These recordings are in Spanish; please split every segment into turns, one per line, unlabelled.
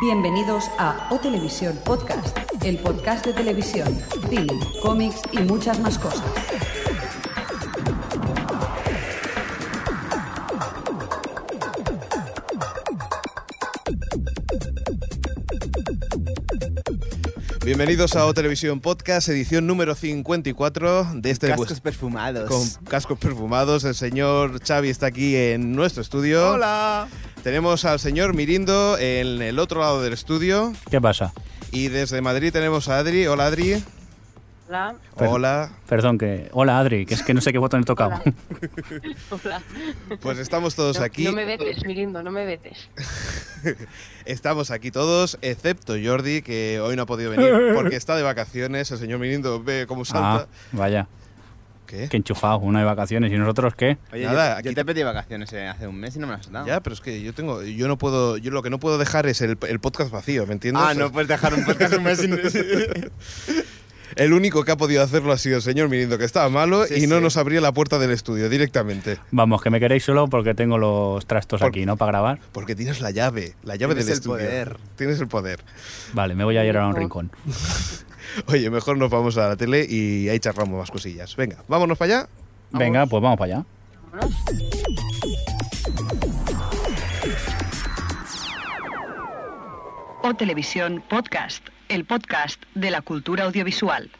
Bienvenidos a O Televisión Podcast, el podcast de televisión, cine, cómics y muchas más cosas.
Bienvenidos a O Televisión Podcast, edición número 54 de este
Cascos
pues,
perfumados.
con cascos perfumados. El señor Xavi está aquí en nuestro estudio.
Hola.
Tenemos al señor Mirindo en el otro lado del estudio
¿Qué pasa?
y desde Madrid tenemos a Adri. Hola Adri.
Hola,
Per-
Hola.
Perdón, que. Hola, Adri, que es que no sé qué botón he tocado.
hola.
Pues estamos todos
no,
aquí.
no me vetes, Mirindo, no me vetes.
Estamos aquí todos, excepto Jordi, que hoy no ha podido venir porque está de vacaciones. El señor Mirindo ve cómo
ah,
salta.
vaya,
¿Qué?
que enchufado, uno de vacaciones. ¿Y nosotros qué?
Oye,
Nada,
yo, yo
aquí-
te pedí vacaciones eh, hace un mes y no me las has dado.
Ya, pero es que yo tengo, yo no puedo, yo lo que no puedo dejar es el, el podcast vacío, ¿me entiendes?
ah, no puedes dejar un podcast un mes sin.
El único que ha podido hacerlo ha sido el señor Mirindo, que estaba malo
Sí,
y no
sí.
nos abría la puerta del estudio directamente.
Vamos, que me queréis solo porque tengo los trastos
Por-
aquí, ¿no? Para grabar.
Porque tienes la llave, la llave
Tienes
del
el
estudio.
poder.
Tienes el poder.
Vale, me voy a ir a un
Ujú.
rincón.
Oye, mejor nos vamos a la tele y ahí charlamos más cosillas. Venga, vámonos para allá.
Venga, pues vamos para allá.
Vámonos.
O Televisión Podcast, el podcast de la cultura audiovisual.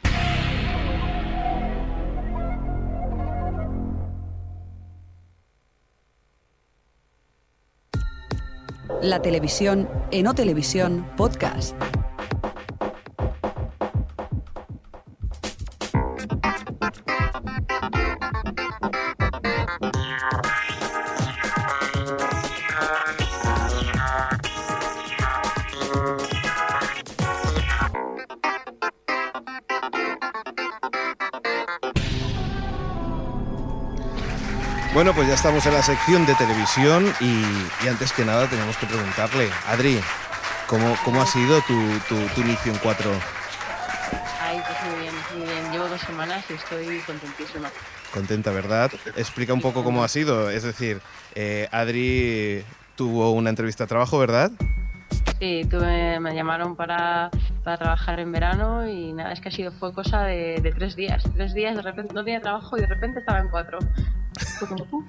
La televisión en O Televisión Podcast.
Bueno, pues ya estamos en la sección de televisión y, y antes que nada tenemos que preguntarle, Adri, ¿cómo, cómo ha sido tu, tu- tu inicio en 4?
Ay, pues muy bien, muy bien. Llevo dos semanas y estoy contentísima.
Contenta, ¿verdad? Explica un poco cómo ha sido. Es decir, eh, Adri tuvo una entrevista de trabajo, ¿verdad?
Sí, tuve- me llamaron para, para trabajar en verano y nada, es que ha sido, fue cosa de, de tres días. Tres días, de repente no tenía trabajo y de repente estaba en cuatro. Fue como, ¡pum!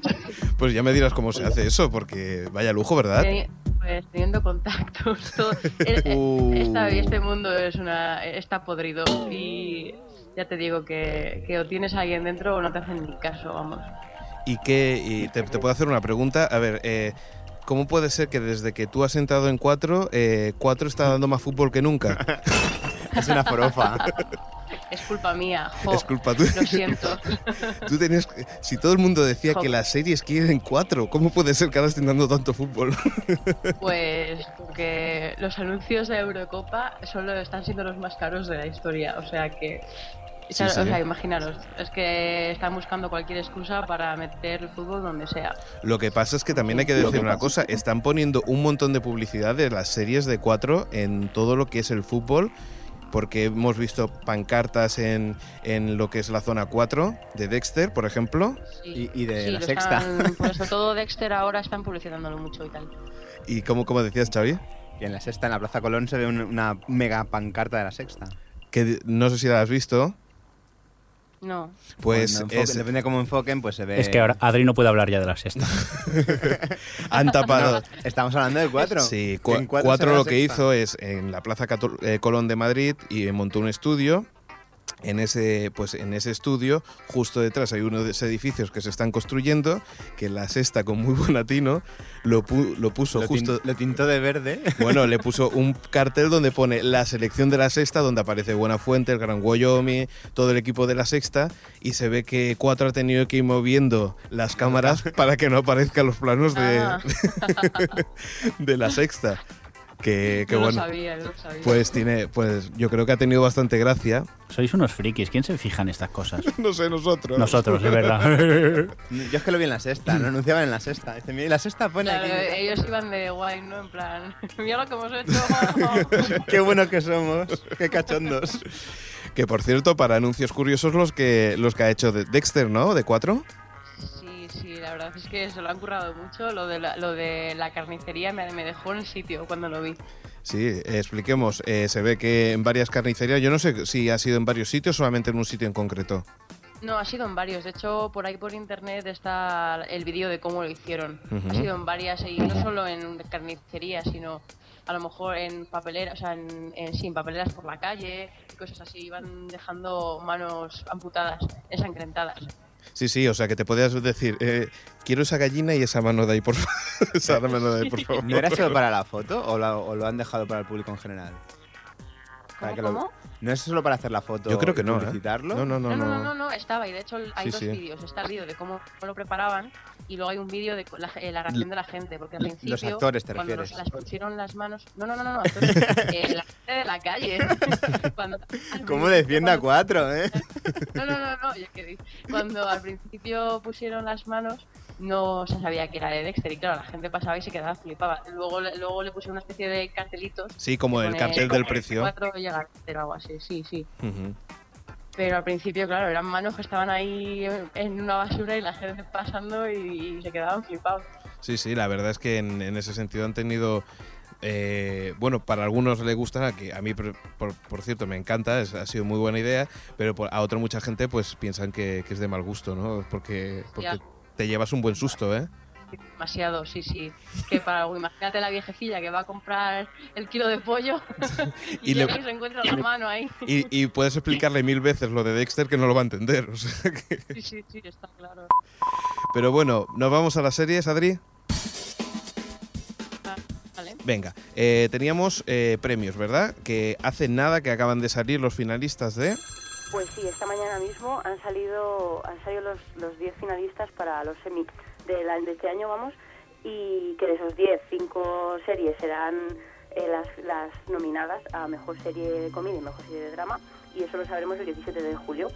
Pues ya me dirás cómo se hace eso, porque vaya lujo, ¿verdad?
Teni- Pues teniendo contactos, todo. Eh, eh,
Uh.
esta- este mundo es una, está podrido y ya te digo que, que o tienes a alguien dentro o no te hacen ni caso, vamos.
Y que y te, te puedo hacer una pregunta. A ver, eh, ¿cómo puede ser que desde que tú has entrado en cuatro, eh, cuatro está dando más fútbol que nunca?
es una forofa.
Es culpa mía, jo,
Es culpa tuya.
Lo siento.
Tú tenías, que- si todo el mundo decía
Jo.
que las series quieren cuatro, ¿cómo puede ser que ahora estén dando tanto fútbol?
Pues porque los anuncios de Eurocopa solo están siendo los más caros de la historia, o sea que.
Sí,
o sea,
sí.
O sea, imaginaros, es que están buscando cualquier excusa para meter el fútbol donde sea.
Lo que pasa es que también hay que
Lo
decir
que
una
pasa.
cosa, están poniendo un montón de publicidad de las series de cuatro en todo lo que es el fútbol, porque hemos visto pancartas en, en lo que es la zona 4 de Dexter, por ejemplo,
Sí.
Y- y de
Sí,
la
lo
Sexta.
están- por eso todo Dexter ahora están publicitándolo mucho y tal.
y como, como decías, Xavi,
y en la sexta, en la Plaza Colón, se ve un- una mega pancarta de la sexta.
que de- no sé si la has visto,
No,
pues
Cuando enfoquen-
es-
depende de cómo enfoquen, pues se ve.
Eh.
Es que ahora Adri no puede hablar ya de la sexta.
han tapado.
Estamos hablando de cuatro.
Sí,
En
cua-
cuatro se
cuatro
ve
lo
la
que
sexta.
hizo es en la Plaza Catol- eh, Colón de Madrid y montó un estudio. En ese, pues en ese estudio, justo detrás hay uno de esos edificios que se están construyendo, que la sexta con muy buen latino lo, pu- lo puso
Lo,
justo.
tin- lo tintó de verde.
Bueno, le puso un cartel donde pone la selección de la sexta, donde aparece Buenafuente, el Gran Wyoming, todo el equipo de la sexta, y se ve que cuatro ha tenido que ir moviendo las cámaras para que no aparezcan los planos de,
Ah.
de la sexta. Que, que
no
bueno.
lo sabía, no lo sabía.
Pues tiene, pues yo creo que ha tenido bastante gracia.
Sois unos frikis, ¿quién se fija en estas cosas?
No sé, nosotros.
Nosotros, es verdad.
Yo es que lo vi en la sexta, lo anunciaban en la sexta. Dice, mira, y la sexta pone
Claro, eh.
aquí.
ellos iban de guay, ¿no? En plan, mira lo que hemos hecho.
Qué buenos que somos, qué cachondos.
Que por cierto, para anuncios curiosos los que los que ha hecho de Dexter, ¿no? De cuatro.
sí, sí, la verdad verdad es que se lo han currado mucho. Lo de la, lo de la carnicería me, me dejó en el sitio cuando lo vi.
Sí, eh, expliquemos. Eh, se ve que en varias carnicerías, yo no sé si ha sido en varios sitios o solamente en un sitio en concreto.
No, ha sido en varios. De hecho, por ahí por internet está el vídeo de cómo lo hicieron.
Ujú.
Ha sido en varias, y no solo en carnicerías, sino a lo mejor en papeleras, o sea, en, en- sí, en papeleras por la calle, y cosas así. Iban dejando manos amputadas, ensangrentadas.
Sí, sí, o sea que te podías decir, eh, quiero esa gallina y esa mano de ahí, por favor. esa mano de ahí, por favor.
¿No era solo para la foto o la- o lo, han dejado para el público en general? Para
¿Cómo,
Ah, que lo-
cómo?
¿No es solo para hacer la foto
Yo creo que
y
no. ¿eh?
publicitarlo?
No, no, no,
No, no, no,
no.
no, no, estaba. Y de hecho hay
Sí,
dos
sí.
vídeos. Está el vídeo de cómo lo preparaban y luego hay un vídeo de la, eh, la reacción de la gente. Porque al
Los
principio...
actores, te
cuando
refieres.
nos las pusieron las manos... No, no, no, no. actores, eh, la gente de la calle. Cuando-
¿Cómo
al principio,
defiende a
cuando-
cuatro, eh?
No, no, no, no. yo qué digo. Cuando al principio pusieron las manos no se sabía que era de Dexter y claro, la gente pasaba y se quedaba flipada. Luego, le- luego le pusieron una especie de cartelitos.
Sí, como
que
el
pone
cartel del precio.
4 llega, pero algo así, sí, sí.
Ujú.
Pero al principio, claro, eran manos que estaban ahí en una basura y la gente pasando y, y se quedaban flipados.
Sí, sí, la verdad es que en, en ese sentido han tenido. eh, bueno, para algunos le gusta, que a mí, por, por- por cierto, me encanta, es- ha sido muy buena idea, pero por- a otra mucha gente pues piensan que, que es de mal gusto, ¿no? Porque, porque
Ya.
te llevas un buen susto, ¿eh?
Demasiado, sí, sí. Que para algo, imagínate la viejecilla que va a comprar el kilo de pollo y,
Y le-
llega y se encuentra la mano ahí.
Y, y puedes explicarle mil veces lo de Dexter que no lo va a entender. o sea que-
Sí, sí, sí, está claro.
Pero bueno, nos vamos a las series, Adri.
Ah, Vale.
Venga, eh, teníamos eh, premios, ¿verdad? Que hace nada que acaban de salir los finalistas de...
Pues sí, esta mañana mismo han salido, han salido los, los 10 finalistas para los semi de, la- de este año, vamos, y que de esos 10, 5 series serán eh, las, las nominadas a Mejor Serie de Comedia y Mejor Serie de Drama, y eso lo sabremos el 17 de julio,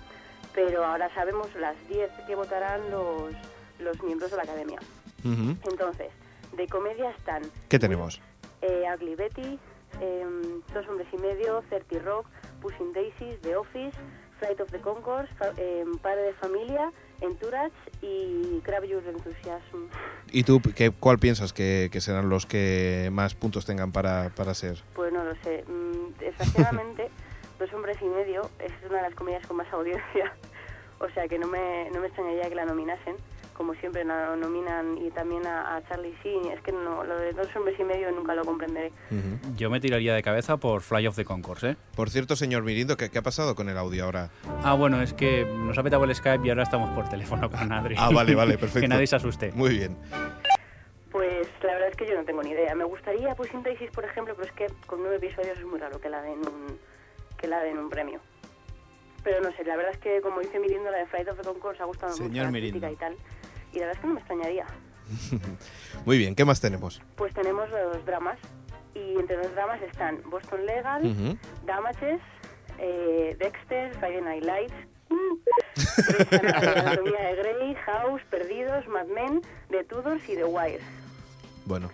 pero ahora sabemos las 10 que votarán los, los miembros de la Academia.
Ujú.
Entonces, de comedia están
¿Qué tenemos?
eh, Ugly Betty, eh, Dos Hombres y Medio, 30 Rock, Pushing Daisies, The Office, Flight of the Conchords, fa- eh, Padre de Familia, Entourage y Crave Your Enthusiasm.
¿Y tú qué, cuál piensas que, que serán los que más puntos tengan para, para ser?
Pues no lo sé. mm, Desgraciadamente, Dos Hombres y Medio es una de las comedias con más audiencia. O sea que no me, no me extrañaría que la nominasen. Como siempre la nominan y también a, a Charlie Sheen. Es que no, lo de Dos Hombres y Medio nunca lo comprenderé.
Ujú.
Yo me tiraría de cabeza por Fly of the Concourse, ¿eh?
Por cierto, señor Mirindo, ¿qué, qué ha pasado con el audio ahora?
Ah, bueno, es que nos ha petado el Skype y ahora estamos por teléfono con Adri.
Ah, vale, vale, perfecto.
que nadie se asuste.
Muy bien.
Pues la verdad es que yo no tengo ni idea. Me gustaría pues Daisies, por ejemplo, pero es que con nueve episodios es muy raro que la den un, que la den un premio. Pero no sé, la verdad es que como dice Mirindo, la de Friday of the Concourse ha gustado
Señor
mucho la
Mirindo.
crítica y tal. Y la verdad es que no me extrañaría.
Muy bien, ¿qué más tenemos?
Pues tenemos los dramas. Y entre los dramas están Boston Legal,
Ujú.
Damages, eh, Dexter, Friday Night Lights, Grey's Anatomy, Anatomía de Grey, House, Perdidos, Mad Men, The Tudors y The Wire.
Bueno,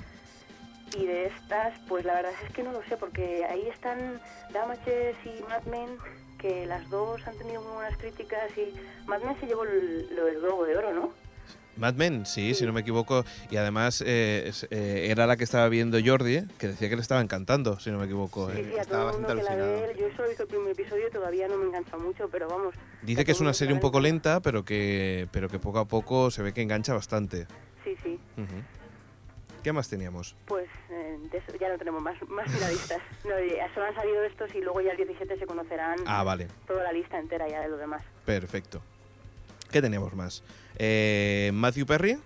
Y de estas, pues la verdad es que no lo sé, porque ahí están Damages y Mad Men, que las dos han tenido muy buenas críticas y Mad Men se llevó el, lo del Globo de Oro, ¿no?
Mad Men, sí, si no me equivoco. Y además eh, es- eh, era la que estaba viendo Jordi, eh, que decía que le estaba encantando, si no me equivoco.
Sí,
eh.
sí, a
estaba
todo el mundo que
bastante
la ve,
alucinado.
yo solo he visto el primer episodio, todavía no me engancha mucho, pero vamos.
Dice que es una serie un poco lenta, pero que, pero que poco a poco se ve que engancha bastante.
Sí, sí,
Ujú. ¿Qué más teníamos?
pues eh, de eso ya no tenemos más, más finalistas. No, ya solo han salido estos y luego ya el 17 se conocerán
Ah, vale.
toda la lista entera ya de lo demás.
Perfecto. ¿Qué tenemos más? Eh, Matthew Perry.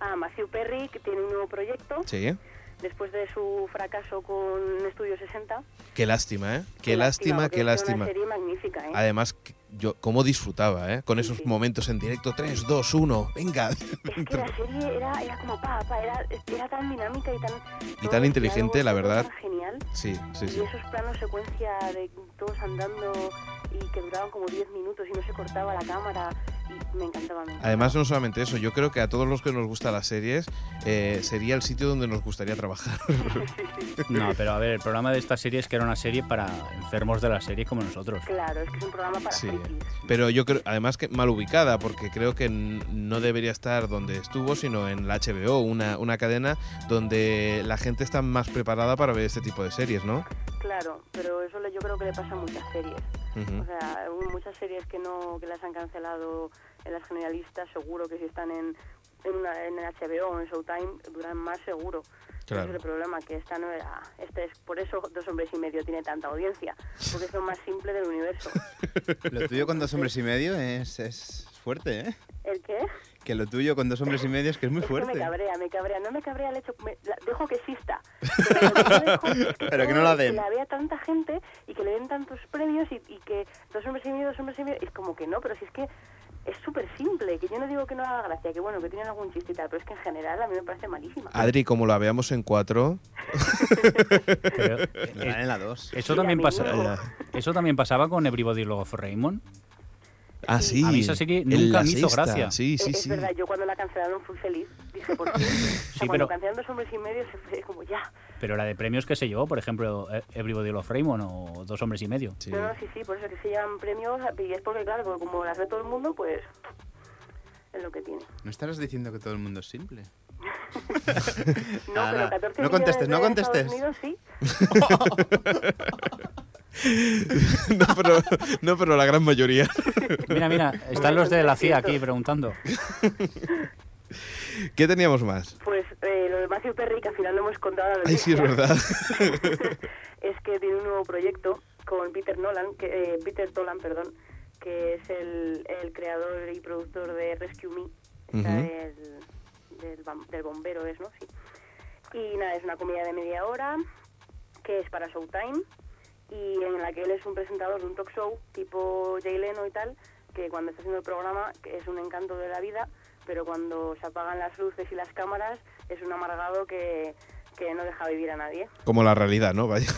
Ah, Matthew Perry, que tiene un nuevo proyecto,
Sí.
después de su fracaso con Estudio 60.
Qué lástima, ¿eh? Qué lástima,
porque
qué
es que
lástima.
Una serie magnífica, ¿eh?
Además, que- yo cómo disfrutaba, ¿eh? Con
Sí,
esos
sí.
momentos en directo. 3, 2, 1. Venga.
Es que la serie era, era como pa, pa, era, era tan dinámica y tan... todos
tan
los
inteligente, la
diálogos, todo
verdad.
tan genial.
Sí, sí, sí.
Y esos planos secuencia de todos andando y que duraban como 10 minutos y no se cortaba la cámara y me encantaba. me encantaba.
Además, no solamente eso, yo creo que a todos los que nos gustan las series eh, sería el sitio donde nos gustaría trabajar.
No, pero a ver, el programa de esta serie es que era una serie para enfermos de la serie como nosotros.
Claro, es que es un programa para
Sí.
sí.
Pero yo creo, además que mal ubicada, porque creo que n- no debería estar donde estuvo, sino en la HBO, una, una cadena donde la gente está más preparada para ver este tipo de series, ¿no?
Claro, pero eso le- yo creo que le pasa a muchas series.
Ujú.
O sea, hubo muchas series que no que las han cancelado en las generalistas, seguro que si están en, en, una, en HBO o en Showtime, duran más seguro.
Claro.
Ese es el problema, que esta no era... Este es, por eso Dos Hombres y Medio tiene tanta audiencia, porque es lo más simple del universo.
Lo tuyo con dos hombres y medio es, es fuerte, ¿eh?
¿El qué?
Que lo tuyo con dos hombres y medio es que es muy
Es que me
fuerte.
cabrea, me cabrea. No me cabrea el hecho... me- la- dejo que exista. Pero, lo que no dejo es
Pero que no
tenga-
la den.
Que la vea tanta gente y que le den tantos premios y, y que dos hombres y medio, dos hombres y medio... Es como que no, pero si es que es súper simple. Que yo no digo que no haga gracia, que bueno, que tienen algún chiste y tal, pero es que en general a mí me parece malísima.
Adri, como la veamos en cuatro,
Pero, eh,
Me dan en la dos.
eso,
Mira,
también
mi
pasa,
hijo.
eso también pasaba con Everybody Love Raymond.
Ah, sí.
A mí esa sí que
en
nunca
la
me hizo
sexta,
gracia.
Sí,
Es-
sí,
Eh, es
sí.
verdad, yo cuando la cancelaron fui feliz. Dije, ¿por qué? O sea,
Sí,
cuando
pero-
cancelaron dos hombres y medio se fue como ya.
Pero la de premios que se llevó, por ejemplo, eh, Everybody Love Raymond o Dos Hombres y Medio.
Sí.
No, no, sí, sí, por eso que se llevan premios y es porque, claro, porque como las ve todo el mundo, pues es lo que tiene.
¿No estarás diciendo que todo el mundo es simple?
No,
Ah,
pero
nada.
14
No contestes,
millones
no
de
contestes.
Estados Unidos, sí.
No, pero, no, pero la gran mayoría.
Mira, mira, están los de la CIA aquí preguntando.
¿Qué teníamos más?
Pues eh, lo de Matthew Perry, que al final no hemos contado la
Ay, sí, es
noticia,
verdad.
es que tiene un nuevo proyecto con Peter Nolan, que, eh, Peter Tolan, perdón, que es el, el creador y productor de Rescue Me, o sea,
Ujú.
del, del bam- del bombero es, ¿no? Sí. Y nada, es una comedia de media hora que es para Showtime y en la que él es un presentador de un talk show tipo Jay Leno y tal, que cuando está haciendo el programa que es un encanto de la vida, pero cuando se apagan las luces y las cámaras es un amargado que, que no deja vivir a nadie.
Como la realidad, ¿no? Vaya.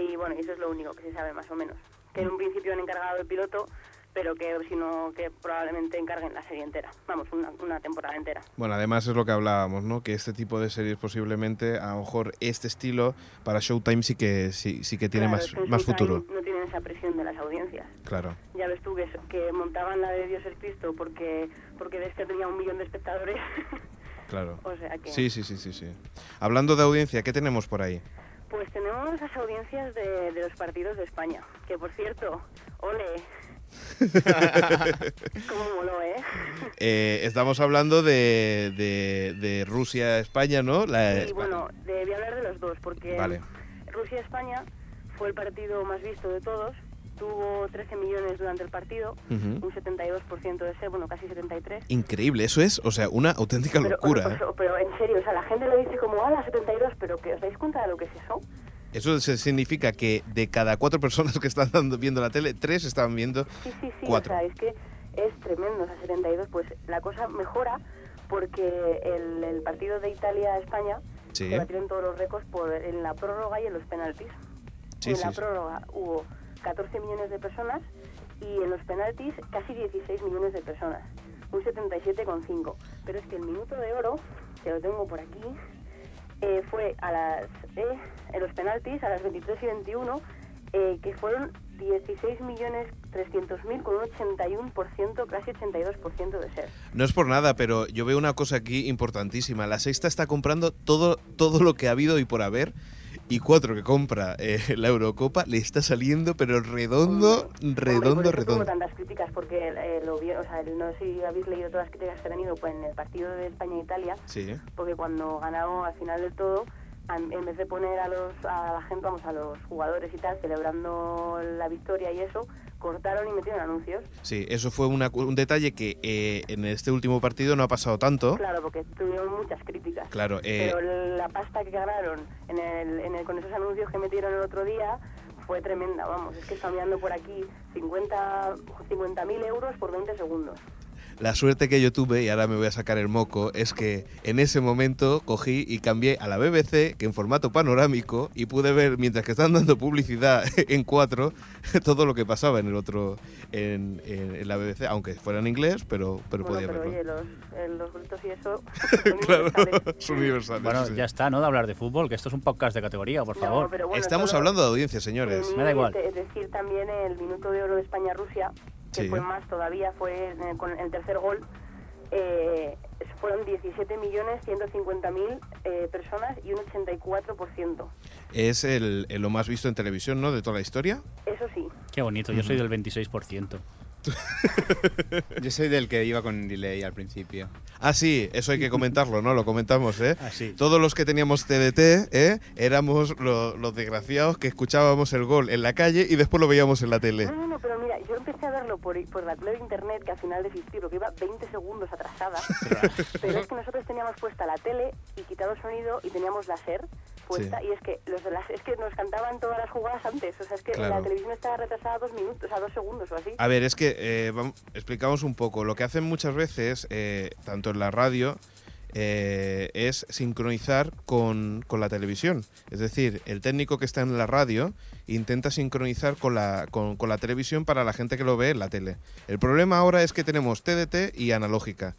Y bueno, eso es lo único que se sabe más o menos. Que en un principio han encargado el piloto, pero que si no, que probablemente encarguen la serie entera. Vamos, una, una temporada entera.
Bueno, además es lo que hablábamos, ¿no? Que este tipo de series posiblemente, a lo mejor este estilo, para Showtime sí que, sí, sí que tiene
Claro,
más,
es que en
más
Showtime
futuro.
No tienen esa presión de las audiencias.
Claro.
Ya ves tú que, eso, que montaban la de Dios es Cristo porque, porque de este tenía un millón de espectadores.
Claro.
o sea que.
Sí, sí, sí, sí, sí. Hablando de audiencia, ¿qué tenemos por ahí?
Pues tenemos las audiencias de, de los partidos de España. Que por cierto, ole. Cómo moló, ¿eh?
Eh, estamos hablando de, de- de Rusia, España, ¿no? La-
Y bueno, eh, de- voy a hablar de los dos, porque
Eh, Vale.
Rusia-España fue el partido más visto de todos, tuvo 13 millones durante el partido,
Ujú.
un 72% de ese, bueno, casi 73.
Increíble, eso es, o sea, una auténtica
Pero,
locura. ¿eh?
pero, pero en serio, o sea, la gente lo dice como, ala, 72, pero que os dais cuenta de lo que es eso.
Eso se- significa que de cada cuatro personas que están dando- viendo la tele, tres estaban viendo.
Sí, sí, sí,
Cuatro.
o sea, es que es tremendo, o sea, 72, pues la cosa mejora porque el, el partido de Italia-España
Sí.
se batieron todos los récords por, en la prórroga y en los penaltis.
Sí,
en
sí,
la
sí.
prórroga hubo 14 millones de personas y en los penaltis casi 16 millones de personas, un 77,5. Pero es que el minuto de oro, que lo tengo por aquí, eh, fue a las, eh, en los penaltis a las 23 y 21, eh, que fueron 16 millones 300 mil con un 81%, casi 82% de ser.
No es por nada, pero yo veo una cosa aquí importantísima. La sexta está comprando todo, todo lo que ha habido y por haber. Y cuatro que compra eh, la Eurocopa le está saliendo, pero redondo,
Hombre,
redondo,
por eso tuvo
redondo.
tantas críticas porque eh, lo vi- o sea, no sé si habéis leído todas las críticas que ha tenido pues, en el partido de España e Italia,
Sí, ¿eh?
porque cuando ganaron al final del todo, an- en vez de poner a los a la gente, vamos a los jugadores y tal celebrando la victoria y eso, cortaron y metieron anuncios.
sí, eso fue una cu- un detalle que eh, en este último partido no ha pasado tanto.
Claro, porque tuvieron muchas críticas.
Claro, eh,
Pero la pasta que ganaron en el, en el- con esos anuncios que metieron el otro día fue tremenda, vamos. Es que están mirando por aquí 50 50.000 euros por 20 segundos.
La suerte que yo tuve, y ahora me voy a sacar el moco, es que en ese momento cogí y cambié a la BBC, que en formato panorámico, y pude ver, mientras que estaban dando publicidad en cuatro, todo lo que pasaba en el otro, en, en- en la BBC, aunque fuera en inglés, pero, pero
Bueno,
podía
pero
verlo.
oye, ¿eh? los, eh, los gritos y eso.
claro, es
universales.
universal.
Bueno,
sí, sí.
ya está, ¿no? De hablar de fútbol, que esto es un podcast de categoría, por
No,
favor.
pero bueno,
Estamos
todo-
hablando de audiencia, señores.
Eh,
Me da igual.
de- decir también el minuto de oro de España-Rusia, que
Sí.
fue más todavía, fue eh, con el tercer gol. Eh, fueron 17.150.000 eh, personas y un 84%.
Es el, el lo más visto en televisión, ¿no? De toda la historia.
Eso sí,
Qué bonito, yo soy del 26%.
Yo soy del que iba con delay al principio.
Ah, sí, eso hay que comentarlo, ¿no? Lo comentamos, ¿eh?
Ah, sí.
Todos los que teníamos TDT, ¿eh? Éramos lo- los desgraciados que escuchábamos el gol en la calle y después lo veíamos en la tele.
No, no, no, pero mira, yo empecé a verlo por, por la tele de internet, que al final desistí, porque iba 20 segundos atrasada. pero es que nosotros teníamos puesta la tele y quitado el sonido y teníamos la SER puesta.
Sí.
Y es que los de las, es que nos cantaban todas las jugadas antes. O sea, es que
Claro.
la televisión estaba retrasada dos minutos, o sea, dos segundos o así.
A ver, es que eh, vam- explicamos un poco. Lo que hacen muchas veces, eh, tanto en la radio, eh, es sincronizar con, con la televisión. Es decir, el técnico que está en la radio intenta sincronizar con la, con, con la televisión para la gente que lo ve en la tele. El problema ahora es que tenemos TDT y analógica.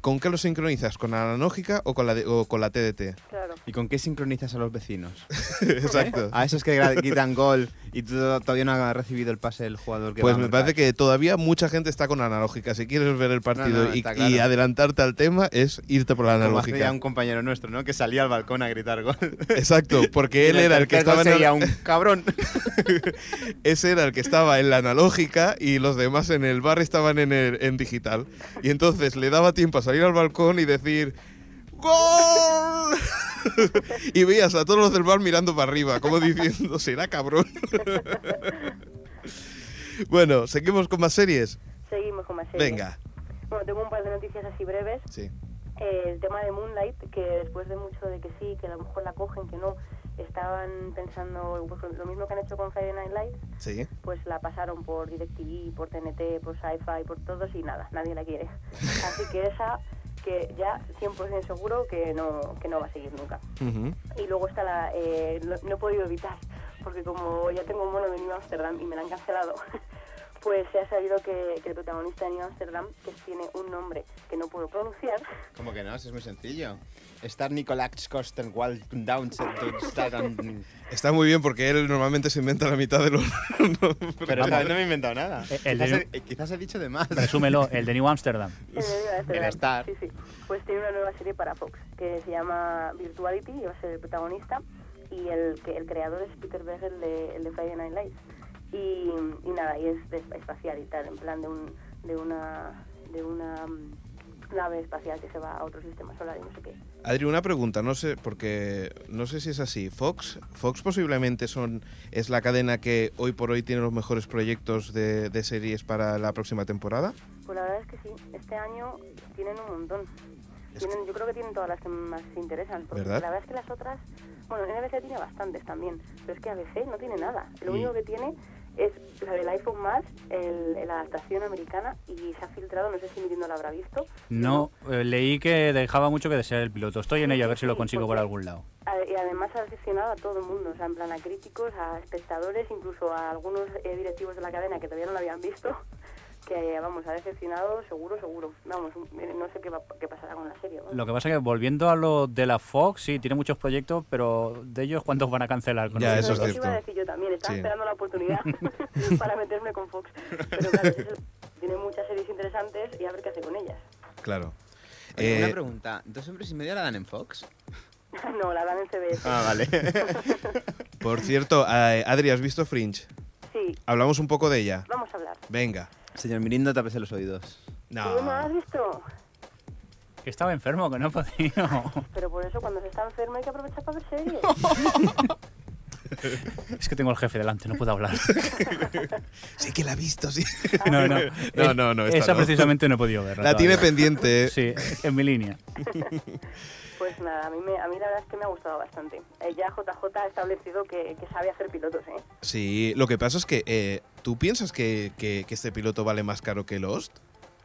¿Con qué lo sincronizas? ¿Con analógica o con la, de- o con la TDT?
Claro.
¿Y con qué sincronizas a los vecinos?
Exacto.
A esos que gra- quitan gol y tú todavía no has recibido el pase del jugador que
Pues
va a
me parece
marcar.
que todavía mucha gente está con analógica. Si quieres ver el partido
no,
y,
está claro.
y adelantarte al tema, es irte por la
Como hacía
analógica.
un compañero nuestro, ¿no? Que salía al balcón a gritar gol.
Exacto, porque él
Y
era el que
tercer gol
estaba en
sería
la-
un cabrón.
ese era el que estaba en la analógica y los demás en el bar estaban en el- en digital. Y entonces le daba tiempo a salir al balcón y decir ¡Gol! y veías a todos los del bar mirando para arriba, como diciendo, será cabrón. bueno, seguimos con más series.
Seguimos con más series.
Venga,
Bueno, tengo un par de noticias así breves.
sí.
Eh, el tema de Moonlight, que después de mucho de que sí, que a lo mejor la cogen, que no, estaban pensando pues, lo mismo que han hecho con Friday Night Lights.
Sí.
pues la pasaron por DirecTV, por TNT, por Sci-Fi, por todos y nada, nadie la quiere. Así que esa, que ya 100% seguro que no, que no va a seguir nunca.
Ujú.
Y luego está la, eh, lo- no he podido evitar, porque como ya tengo un mono de New Amsterdam y me la han cancelado, pues se ha sabido que, que el protagonista de New Amsterdam, que tiene un nombre que no puedo pronunciar,
¿Cómo que no? Si es muy sencillo. Estar Nicolás Costenwald
Está muy bien porque él normalmente se inventa la mitad de los
Pero esta vez no me he inventado nada.
Eh, el
quizás,
de-
he, eh, quizás he dicho de más.
Resúmelo, el de New Amsterdam.
en el New Amsterdam.
El Star.
Sí, sí. Pues tiene una nueva serie para Fox que se llama Virtuality y va a ser el protagonista. Y el, que- el creador es Peter Berg, el de, el de Friday Night Lights. Y, y nada, y es de espacial y tal, en plan de, un, de una de una mm, nave espacial que se va a otro sistema solar y no sé qué.
Adri, una pregunta, no sé, porque no sé si es así. Fox, Fox posiblemente son, es la cadena que hoy por hoy tiene los mejores proyectos de, de series para la próxima temporada.
Pues la verdad es que sí, este año tienen un montón.
Es
Tienen, yo creo que tienen todas las que más se interesan. Porque
¿Verdad?
La verdad es que las otras, bueno, NBC tiene bastantes también, pero es que ABC no tiene nada. Lo
Y-
único que tiene es la del iPhone más, el, la adaptación americana, y se ha filtrado, no sé si Mirindo la habrá visto.
No, eh, leí que dejaba mucho que desear el piloto. Estoy en ello a ver si lo
Sí,
consigo por
porque-
algún lado.
A- Y además ha decepcionado a todo el mundo, o sea, en plan a críticos, a espectadores, incluso a algunos eh, directivos de la cadena que todavía no la habían visto, que vamos, ha decepcionado seguro, seguro. Vamos, no sé qué, va- qué pasará con la serie. vamos.
Lo que pasa que volviendo a lo de la Fox, sí, tiene muchos proyectos, pero de ellos, ¿cuántos van a cancelar? Con
Ya,
el-
eso es
Eso
cierto.
iba a decir yo también, estaba
Sí.
esperando la oportunidad para meterme con Fox. Pero claro, es el- tiene muchas series interesantes y a ver qué hace con ellas.
Claro.
Oye,
Eh,
Una pregunta. ¿Dos hombres y media la dan en Fox?
no, la dan en CBS.
Ah, vale.
por cierto, eh, Adri, ¿has visto Fringe?
Sí,
Hablamos un poco de ella.
vamos a hablar.
Venga.
Señor Mirindo, tápese los oídos.
Ah.
¿Tú no has
No.
visto?
Que estaba enfermo, que no podía.
Pero por eso cuando se está enfermo hay que aprovechar para ver series.
es que tengo al jefe delante, no puedo hablar.
Sí que la he visto, sí.
No, no.
No, no, no, esta
Esa
no.
precisamente no he podido verla.
La tiene
todavía.
pendiente. eh.
Sí, en mi línea.
Pues nada, a mí, me- a mí la verdad es que me ha gustado bastante. Eh, ya JJ ha establecido que, que sabe hacer pilotos, ¿eh?
Sí, lo que pasa es que eh, tú piensas que, que- que este piloto vale más caro que Lost.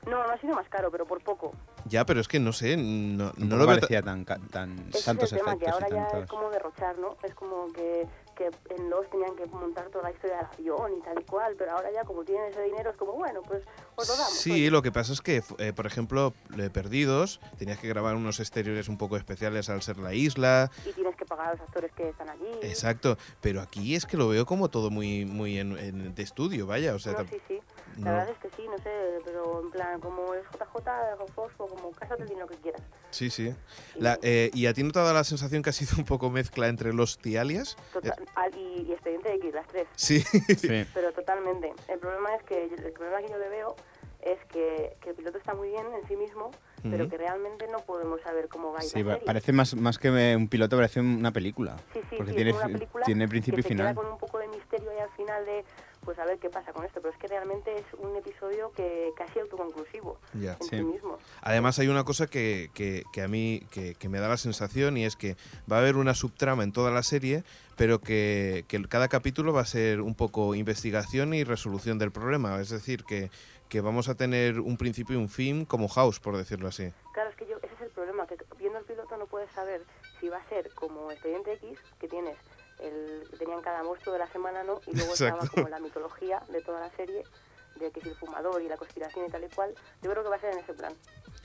No, no ha sido más caro, pero por poco.
Ya, pero es que no sé, no, no
No
lo
lo
veo.
parecía tan, ca- tan
Ese
tantos
es el tema, que
efectos
ahora
y
ya
tantos.
es como derrochar, ¿no? Es como que, que en los tenían que montar toda la historia del avión y tal y cual, pero ahora ya como tienen ese dinero es como, bueno, pues os lo damos.
Sí,
oye.
lo que pasa es que, eh, por ejemplo, eh, Perdidos, tenías que grabar unos exteriores un poco especiales al ser la isla.
pues, Y tienes que pagar a los actores que están allí.
Exacto, pero aquí es que lo veo como todo muy, muy en, en- de estudio, vaya. O sea,
No,
tam-
sí, sí. La
no.
verdad es que sí, no sé, pero en plan, como es JJ, Fosfo, como cásate el dinero que quieras.
sí, sí. La- eh, ¿Y a ti no te ha dado la sensación que ha sido un poco mezcla entre los tialias?
Total- al- y, y Expediente X, las tres.
Sí,
Sí.
Pero totalmente. El problema es que yo- el problema que yo le veo es que, que el piloto está muy bien en sí mismo, pero
Ujú.
que realmente no podemos saber cómo va a ir
Sí,
la
pa-
serie.
parece más, más que un piloto, parece una película.
Sí, sí,
porque
sí,
tiene,
es una
fi-
película
tiene principio
que
y
se queda
final.
con un poco de misterio ahí al final de, pues a ver qué pasa con esto, pero es que realmente es un episodio que casi autoconclusivo
ya.
en sí,
Sí.
mismo.
Además hay una cosa que, que- que a mí que, que me da la sensación y es que va a haber una subtrama en toda la serie, pero que, que cada capítulo va a ser un poco investigación y resolución del problema. Es decir, que, que vamos a tener un principio y un fin como House, por decirlo así.
Claro, es que yo, ese es el problema, que viendo el piloto no puedes saber si va a ser como Expediente X, que tienes el que tenían cada monstruo de la semana, ¿no? Y luego estaba
Exacto.
como la mitología de toda la serie, de que si el fumador y la conspiración y tal y cual, yo creo que va a ser en ese plan.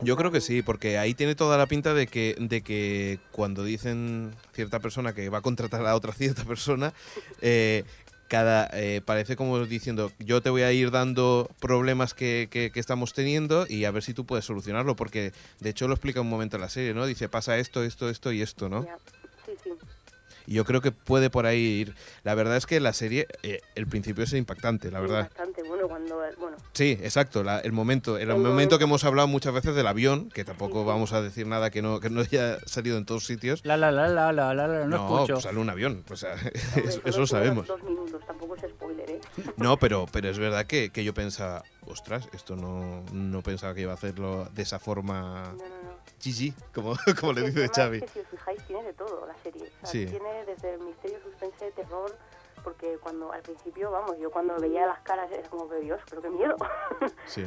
Yo creo que sí, porque ahí tiene toda la pinta de que, de que cuando dicen cierta persona que va a contratar a otra cierta persona, eh, cada eh, parece como diciendo yo te voy a ir dando problemas que, que- que estamos teniendo y a ver si tú puedes solucionarlo, porque de hecho lo explica un momento en la serie, ¿no? Dice pasa esto, esto, esto y esto, ¿no?
Ya. Sí, sí.
Y yo creo que puede por ahí ir. La verdad es que la serie, eh, el principio es impactante, la
Sí,
verdad.
Bastante bueno cuando, bueno,
Sí, exacto, la- el momento, el,
El
momento,
momento.
que hemos hablado muchas veces del avión, que tampoco
Sí.
vamos a decir nada que no, que no haya salido en todos sitios.
La, la, la, la, la, la, la, no, escucho.
pues sale un avión, pues, ah,
hombre,
eso, eso
solo
lo
fueron
sabemos.
Dos minutos, tampoco es spoiler, ¿eh?
No, pero, pero es verdad que, que yo pensaba, ostras, esto no, no pensaba que iba a hacerlo de esa forma
No, no, no.
GG, como, como le
El
dice
tema
Xavi.
Es que si os fijáis, tiene de todo la serie. O sea,
Sí.
Tiene desde misterio, suspense, terror. Porque cuando al principio, vamos, yo cuando veía las caras era como que Dios, pero qué miedo.
Sí.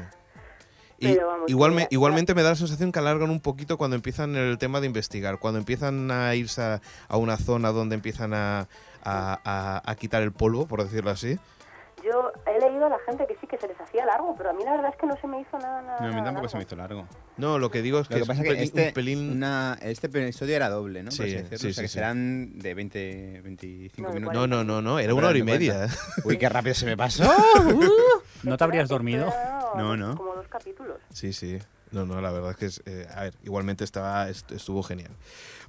Y
Pero vamos,
igual
que
me-
la-
igualmente me da la sensación que alargan un poquito cuando empiezan el tema de investigar, cuando empiezan a irse a, a una zona donde empiezan a, a- a- a quitar el polvo, por decirlo así.
yo he leído a la gente que sí que se les hacía largo, pero a mí la verdad es que no se me hizo nada. nada
No, a mí
nada
tampoco
largo.
se me hizo largo.
No, lo que digo es que,
Lo que
es
pasa
un
es que
pelín-
este,
un pelín-
una- este episodio era doble, ¿no? Por
Sí,
así decirlo.
sí,
o sea,
sí,
que
sí.
serán de 20, 25
No, de
minutos.
No, no, no, no, era una hora y media. ¿eh?
Uy, qué rápido se me pasó.
¿No te habrías dormido?
Era
No, no.
Como dos capítulos.
Sí, sí. No, no, la verdad es que, es, eh, a ver, igualmente estaba, est- estuvo genial.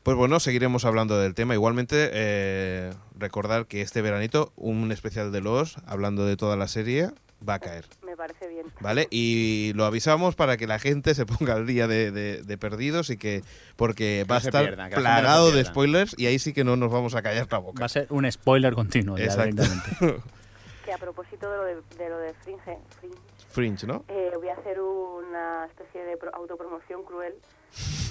Pues bueno, seguiremos hablando del tema. Igualmente, eh, recordar que este veranito, un especial de los, hablando de toda la serie, va a caer.
Me parece bien.
¿Vale? Y lo avisamos para que la gente se ponga al día de, de- de perdidos y que. Porque
Que
va a
no se
estar
pierda, que la gente no se
plagado de
pierda.
spoilers y ahí sí que no nos vamos a callar la
Va
boca.
a ser un spoiler continuo ya
Exacto.
directamente.
Que a propósito de lo de, de lo de Fringe, Fringe,
Fringe, ¿no?
Eh, voy a hacer una especie de pro- autopromoción cruel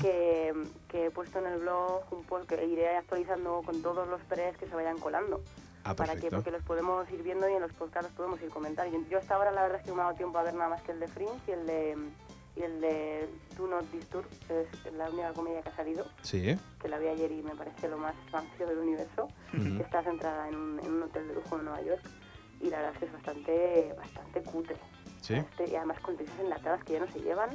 que, que he puesto en el blog un post que iré actualizando con todos los press que se vayan colando.
Ah,
para que,
perfecto.
porque los podemos ir viendo y en los podcasts los podemos ir comentando. Yo, yo hasta ahora la verdad es que no me ha dado tiempo a ver nada más que el de Fringe y el de, y el de Do Not Disturb, que es la única comedia que ha salido,
Sí.
que la vi ayer y me parece lo más rancio del universo.
Ujú.
que Está centrada en un, en un hotel de lujo en Nueva York y la verdad es que es bastante, bastante cutre.
Sí.
Este, y además con textos enlatadas que ya no se llevan.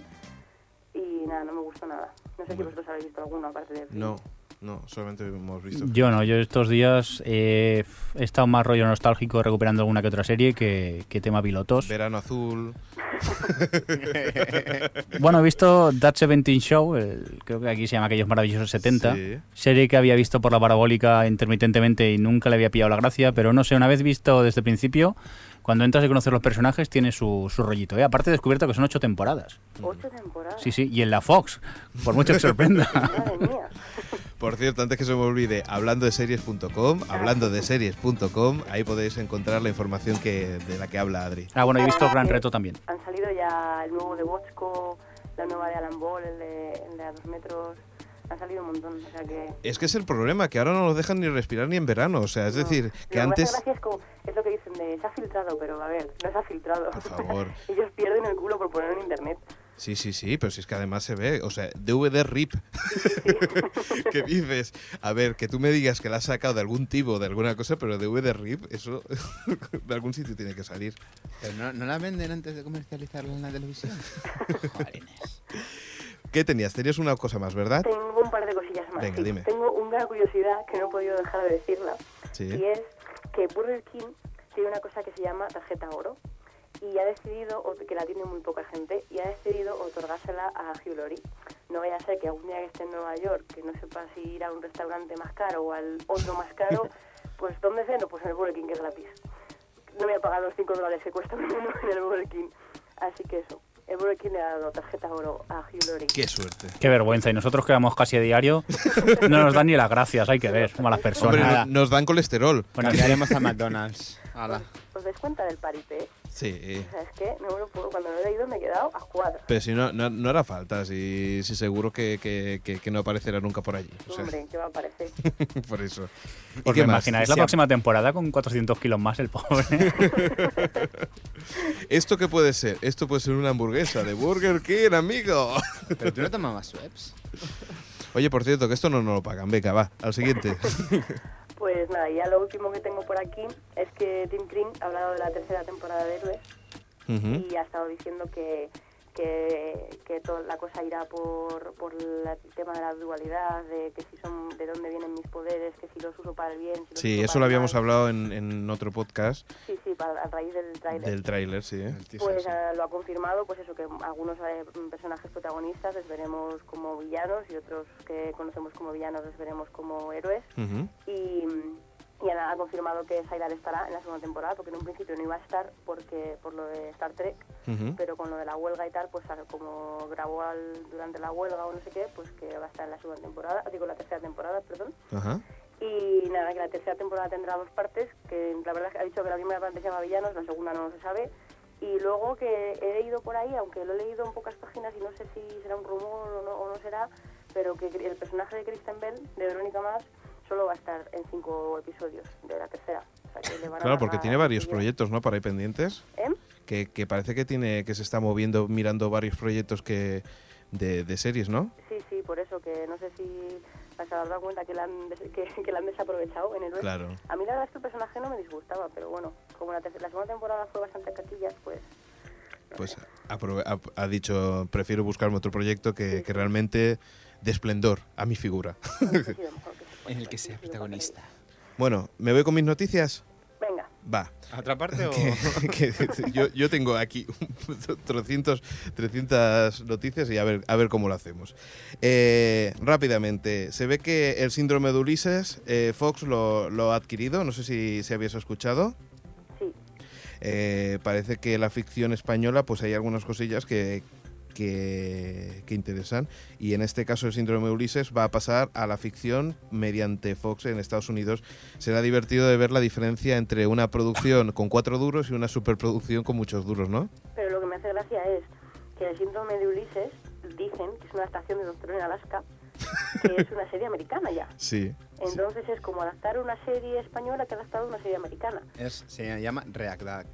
Y nada, no me gustó nada. No sé si
Bueno.
vosotros habéis visto alguno aparte de.
No, no, solamente hemos visto.
Yo no, yo estos días eh, he estado más rollo nostálgico recuperando alguna que otra serie que, que tema pilotos.
Verano azul.
Bueno, he visto That 17 Show, el- creo que aquí se llama Aquellos Maravillosos 70,
Sí.
serie que había visto por la parabólica intermitentemente y nunca le había pillado la gracia, pero no sé, una vez visto desde el principio, cuando entras a conocer los personajes tiene su, su rollito. ¿eh? Aparte he descubierto que son ocho temporadas.
Ocho temporadas.
Sí, sí, y en la Fox, por mucho que sorprenda.
Madre mía.
Por cierto, antes que se me olvide, hablando de series.com, hablando de series.com, ahí podéis encontrar la información que, de la que habla Adri.
Ah, bueno, he visto Gran Reto también.
Han salido ya el nuevo de Bosco, la nueva de Alan Ball, el de, el de a dos metros. Han salido un montón. O sea que.
Es que es el problema, que ahora no nos dejan ni respirar ni en verano. O sea, es
no.
decir,
Lo
que
me hace
antes.
gracia Es, como- es lo que dicen de se ha filtrado, pero a ver, no se ha filtrado.
Por favor.
Ellos pierden el culo por poner en internet.
Sí, sí, sí, pero si es que además se ve, o sea, DVD RIP. ¿Qué dices? A ver, que tú me digas que la has sacado de algún tipo, de alguna cosa, pero DVD RIP, eso de algún sitio tiene que salir.
Pero no, no la venden antes de comercializarla en la televisión. Jóvenes.
¿Qué tenías? Tenías una cosa más, ¿verdad?
Tengo un par de cosillas más.
Ah. Venga,
sí.
dime.
Tengo una curiosidad que no he podido dejar de decirla.
Sí.
Y es que Burger King tiene una cosa que se llama tarjeta oro y ha decidido, o- que la tiene muy poca gente, y ha decidido otorgársela a Hugh Laurie. No vaya a ser que algún día que esté en Nueva York, que no sepa si ir a un restaurante más caro o al otro más caro, pues ¿dónde ceno? Pues en el Burger King, que es gratis. No voy a pagar los 5 dólares que cuesta un menú en el Burger King. Así que eso, el Burger King le ha dado tarjeta oro a Hugh Laurie.
Qué suerte.
Qué vergüenza. Y nosotros que vamos casi a diario, no nos dan ni las gracias, hay que ver, como a las
Hombre,
personas.
no-
nada.
nos dan colesterol.
Bueno,
Cambiaremos a McDonald's. Ala.
¿Os dais cuenta del parité?
Sí.
O sea, es que no me lo puedo, cuando lo he leído me he quedado a cuadros.
Pero si no, no, no hará falta, si, si seguro que, que- que- que no aparecerá nunca por allí. O sea,
Hombre, ¿qué va a parecer?
por eso. ¿Y
Os
qué
lo
más?
imagináis la
Sí,
próxima temporada con 400 kilos más el pobre.
¿Esto qué puede ser? Esto puede ser una hamburguesa de Burger King, amigo.
Pero tú no tomabas webs.
Pues
Oye, por cierto, que esto no nos lo pagan. Venga, va, al siguiente.
Pues nada, ya lo último que tengo por aquí es que Tim Green ha hablado de la tercera temporada de Héroes
Ujú.
y ha estado diciendo que, que, que toda la cosa irá por, por la- el tema de la dualidad, de que si son, de dónde vienen mis poderes, que si los uso para el bien. Si los
Sí,
uso
eso
para
lo
el
habíamos
mal.
hablado en, en otro podcast
Sí, sí, para, a raíz del tráiler.
del tráiler, sí. ¿eh?
Pues ah, lo ha confirmado, pues eso, que algunos eh, personajes protagonistas les veremos como villanos y otros que conocemos como villanos les veremos como héroes.
Ujú.
Y, y Ana ha confirmado que Sailor estará en la segunda temporada, porque en un principio no iba a estar porque por lo de Star Trek,
Ujú.
pero con lo de la huelga y tal, pues ahora como grabó al- durante la huelga o no sé qué, pues que va a estar en la segunda temporada, digo la tercera temporada, perdón.
Ajá.
Y nada, que la tercera temporada tendrá dos partes, que la verdad es que ha dicho que la primera parte se llama Villanos, la segunda no se sabe. Y luego que he leído por ahí, aunque lo he leído en pocas páginas y no sé si será un rumor o no, o no será, pero que el personaje de Kristen Bell, de Verónica Más, solo va a estar en cinco episodios de la tercera. O sea, que le van a
Claro, porque
dar
tiene varios
seguida.
proyectos, ¿no? Para ahí pendientes.
¿Eh?
Que, que parece que tiene que se está moviendo mirando varios proyectos que de, de series, ¿no?
Sí, sí, por eso, que no sé si has dado cuenta que la han, des- que, que la han desaprovechado en el web.
Claro.
A mí la verdad es que el personaje no me disgustaba, pero bueno, como la, terce- la segunda temporada fue bastante catillas, pues
Pues aprove- ha, ha dicho, prefiero buscarme otro proyecto que, que realmente de esplendor a mi figura.
En el que sea protagonista.
Bueno, ¿me voy con mis noticias?
Venga,
Va.
¿A otra parte o.?
Que- que yo, yo tengo aquí 300, 300 noticias y a ver, a ver cómo lo hacemos. Eh, rápidamente, se ve que el síndrome de Ulises, eh, Fox lo, lo ha adquirido, no sé si, si habías escuchado.
sí.
Eh, parece que la ficción española, pues hay algunas cosillas que, que, que interesan. Y en este caso el síndrome de Ulises va a pasar a la ficción mediante Fox en Estados Unidos. Será divertido de ver la diferencia entre una producción con cuatro duros y una superproducción con muchos duros, ¿no?
Pero lo que me hace gracia es que el síndrome de Ulises dicen que es una estación de Doctor en Alaska, que es una serie americana ya.
Sí.
Entonces es como adaptar una serie española que ha adaptado una serie americana.
Es- se llama readaptar.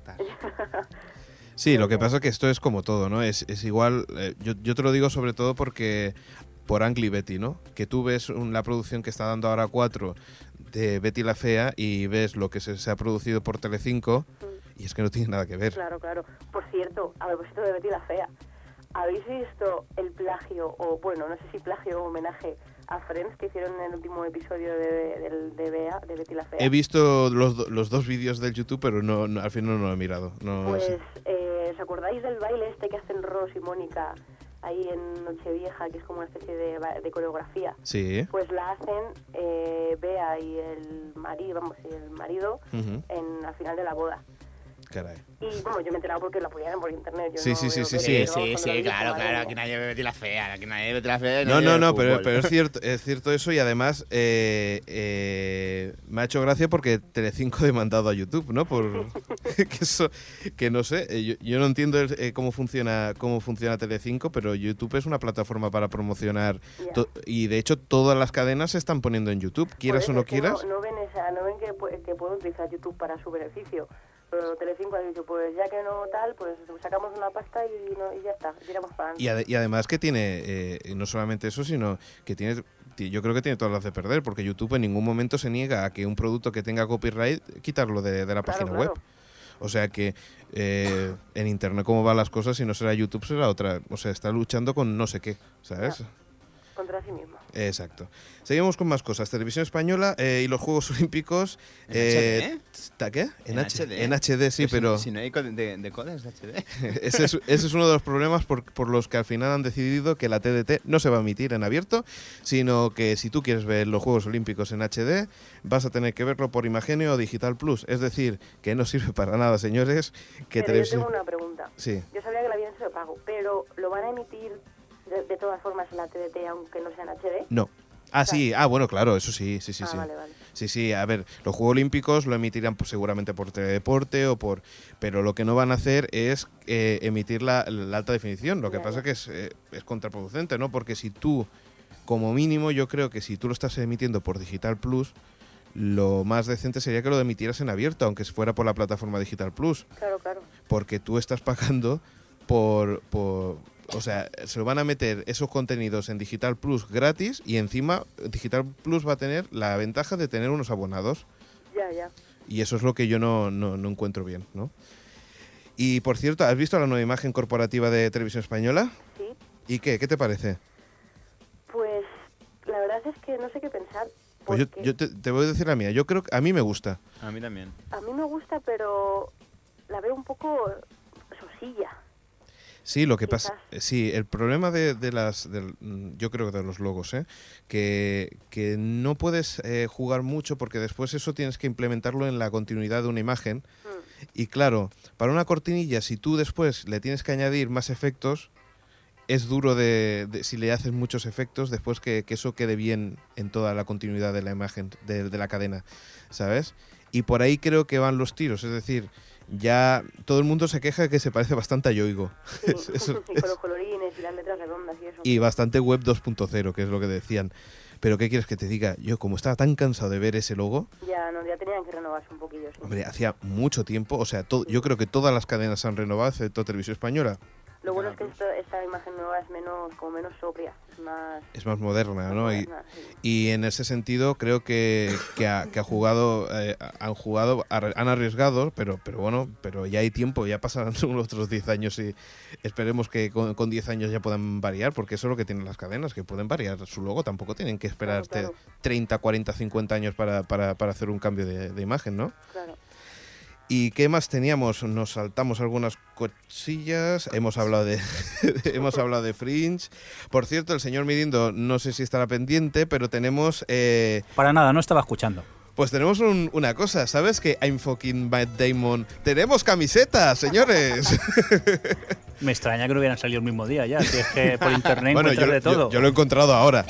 Sí, lo que pasa es que esto es como todo, ¿no? Es, es igual, eh, yo, yo te lo digo sobre todo porque por Angli Betty, ¿no? Que tú ves un- la producción que está dando ahora 4 de Betty la Fea y ves lo que se, se ha producido por Telecinco y es que no tiene nada que ver.
Claro, claro. Por cierto, a propósito de Betty la Fea, ¿habéis visto el plagio, o bueno, no sé si plagio o homenaje a Friends que hicieron en el último episodio de, del- de Bea, de Betty la Fea?
He visto los, do- los dos vídeos del YouTube, pero no, no- al final no lo he mirado. No,
Pues,
sé.
eh, ¿os acordáis del baile este que hacen Ross y Mónica ahí en Nochevieja, que es como una especie de, ba- de coreografía?
Sí.
Pues la hacen eh, Bea y el marido, vamos, y el marido
Ujú.
en, al final de la boda. pues
Caray.
Y bueno, yo me he enterado porque la apoyaron por internet. Yo
Sí,
no
sí, sí,
veo
sí,
tele,
sí.
pero cuando lo vi, madre mía.
nadie ve Betty la fea, que nadie ve Betty la fea.
No, no, no, pero, pero es cierto, es cierto eso y además eh, eh, me ha hecho gracia porque Telecinco ha demandado a YouTube, ¿no? Por que eso, que no sé, eh, yo, yo no entiendo eh, cómo funciona cómo funciona Telecinco, pero YouTube es una plataforma para promocionar
Ya.
to- y de hecho todas las cadenas se están poniendo en YouTube, quieras
Por
o
eso
no
es que
quieras.
No, no ven, esa- no ven que, pu- que puede utilizar YouTube para su beneficio. Pero Telecinco ha dicho, pues ya que no tal, pues sacamos una pasta y, no- y ya está, tiramos para
Y, ade- y además que tiene, eh, no solamente eso, sino que tiene, ti- yo creo que tiene todas las de perder, porque YouTube en ningún momento se niega a que un producto que tenga copyright quitarlo de, de la
Claro,
página
claro.
web. O sea que eh, en Internet cómo van las cosas, si no será YouTube, será otra. O sea, está luchando con no sé qué, ¿sabes?
contra sí mismo.
Exacto. Seguimos con más cosas. Televisión española eh, y los Juegos Olímpicos. eh,
¿En HD?
¿ta qué? En, H-
HD.
en HD, sí,
Pues si-
pero...
Si no hay co- de, de codes HD.
Ese es, ese es uno de los problemas por, por los que al final han decidido que la TDT no se va a emitir en abierto, sino que si tú quieres ver los Juegos Olímpicos en HD, vas a tener que verlo por Imagenio o Digital Plus. Es decir, que no sirve para nada, señores, que
Pero yo
televisión...
tengo una pregunta.
Sí.
Yo sabía que la habían hecho de pago, pero ¿lo van a emitir de, de todas formas en la TDT aunque no sea en HD?
No. Ah, sí, ah, bueno, claro, eso sí, sí, sí,
Ah,
sí.
vale, vale.
Sí, sí, a ver, los Juegos Olímpicos lo emitirán pues, seguramente por Teledeporte o por... Pero lo que no van a hacer es eh, emitir la, la alta definición. Lo que
Ya,
pasa
ya.
que es, eh, es contraproducente, ¿no? Porque si tú, como mínimo, yo creo que si tú lo estás emitiendo por Digital Plus, lo más decente sería que lo emitieras en abierto, aunque fuera por la plataforma Digital Plus.
Claro, claro.
Porque tú estás pagando por... por o sea, se lo van a meter esos contenidos en Digital Plus gratis y encima Digital Plus va a tener la ventaja de tener unos abonados.
Ya, ya.
Y eso es lo que yo no, no- no encuentro bien, ¿no? Y por cierto, ¿has visto la nueva imagen corporativa de Televisión Española?
Sí.
¿Y qué? ¿Qué te parece?
Pues la verdad es que no sé qué pensar.
Pues yo,
porque
yo te, te voy a decir la mía. Yo creo que a mí me gusta.
A mí también.
A mí me gusta, pero la veo un poco sosilla.
Sí, lo que pasa. eh,
Quizás.
Sí, el problema de, de las. del- mm, yo creo que de los logos, ¿eh? Que, que no puedes eh, jugar mucho porque después eso tienes que implementarlo en la continuidad de una imagen.
Mm.
Y claro, para una cortinilla, si tú después le tienes que añadir más efectos, es duro de, de- si le haces muchos efectos, después que, que eso quede bien en toda la continuidad de la imagen, de, de la cadena, ¿sabes? Y por ahí creo que van los tiros, es decir, ya todo el mundo se queja que se parece bastante a Yoigo.
Sí.
Es- es-
y con los colorines y las letras redondas y eso.
y bastante web 2.0, que es lo que decían. Pero ¿qué quieres que te diga? Yo como estaba tan cansado de ver ese logo,
Ya, no, ya tenían que renovarse un poquillo. sí.
hombre, hacía mucho tiempo, o sea, todo- yo creo que todas las cadenas se han renovado, excepto Televisión Española.
Lo bueno es que esto- esta imagen nueva es menos, como menos sobria, es más...
es más moderna, ¿no? Y,
moderna, sí.
y en ese sentido creo que, que, ha, que ha jugado, eh, han jugado, ar- han arriesgado, pero, pero bueno, pero ya hay tiempo, ya pasarán unos otros 10 años y esperemos que con, con 10 años ya puedan variar, porque eso es lo que tienen las cadenas, que pueden variar su logo, tampoco tienen que esperarte
Claro,
30, 40, 50 años para, para, para hacer un cambio de, de imagen, ¿no?
Claro.
¿Y qué más teníamos? Nos saltamos algunas cosillas. Hemos hablado de, hemos hablado de Fringe. Por cierto, el señor Mirindo, no sé si estará pendiente, pero tenemos, eh,
Para nada, no estaba escuchando.
pues tenemos un- una cosa, ¿sabes? Que I'm fucking Matt Damon. Tenemos camisetas, señores.
Me extraña que no hubieran salido el mismo día ya, si es que por internet
yo,
encuentras de
yo-
todo.
yo lo he encontrado ahora.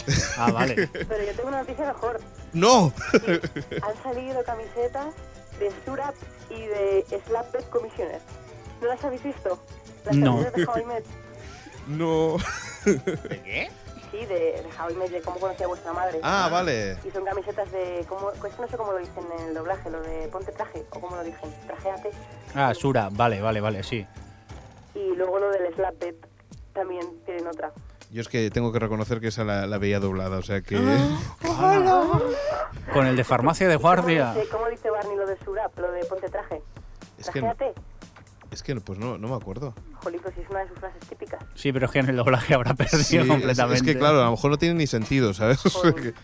Ah, vale.
Pero yo tengo una noticia mejor.
No.
Han salido camisetas de Surap y de Slapback Commissioner. ¿No las habéis visto? Las
No.
camisetas de How I Met.
No.
¿De qué?
Sí, de, de How I Met, de cómo conocía a vuestra madre.
Ah, vale.
Y son camisetas de... Como, es que no sé cómo lo dicen en el doblaje, lo de ponte traje, o cómo lo dicen, trajeate.
Ah, Sura, vale, vale, vale, sí.
Y luego lo del Slapback también tienen otra.
Yo es que tengo que reconocer que esa la, la veía doblada, o sea que...
Con el de farmacia de guardia.
¿Cómo dice, cómo dice Barney lo de Surap, lo de ponte traje?
Es que, no-
Trajeate.
es que pues no, no me acuerdo.
Jolito, si es una de sus frases típicas.
Sí, pero es que en el doblaje habrá perdido
Sí, es-
completamente.
Es, que claro, a lo mejor no tiene ni sentido, ¿sabes? O sea
Joder.
que-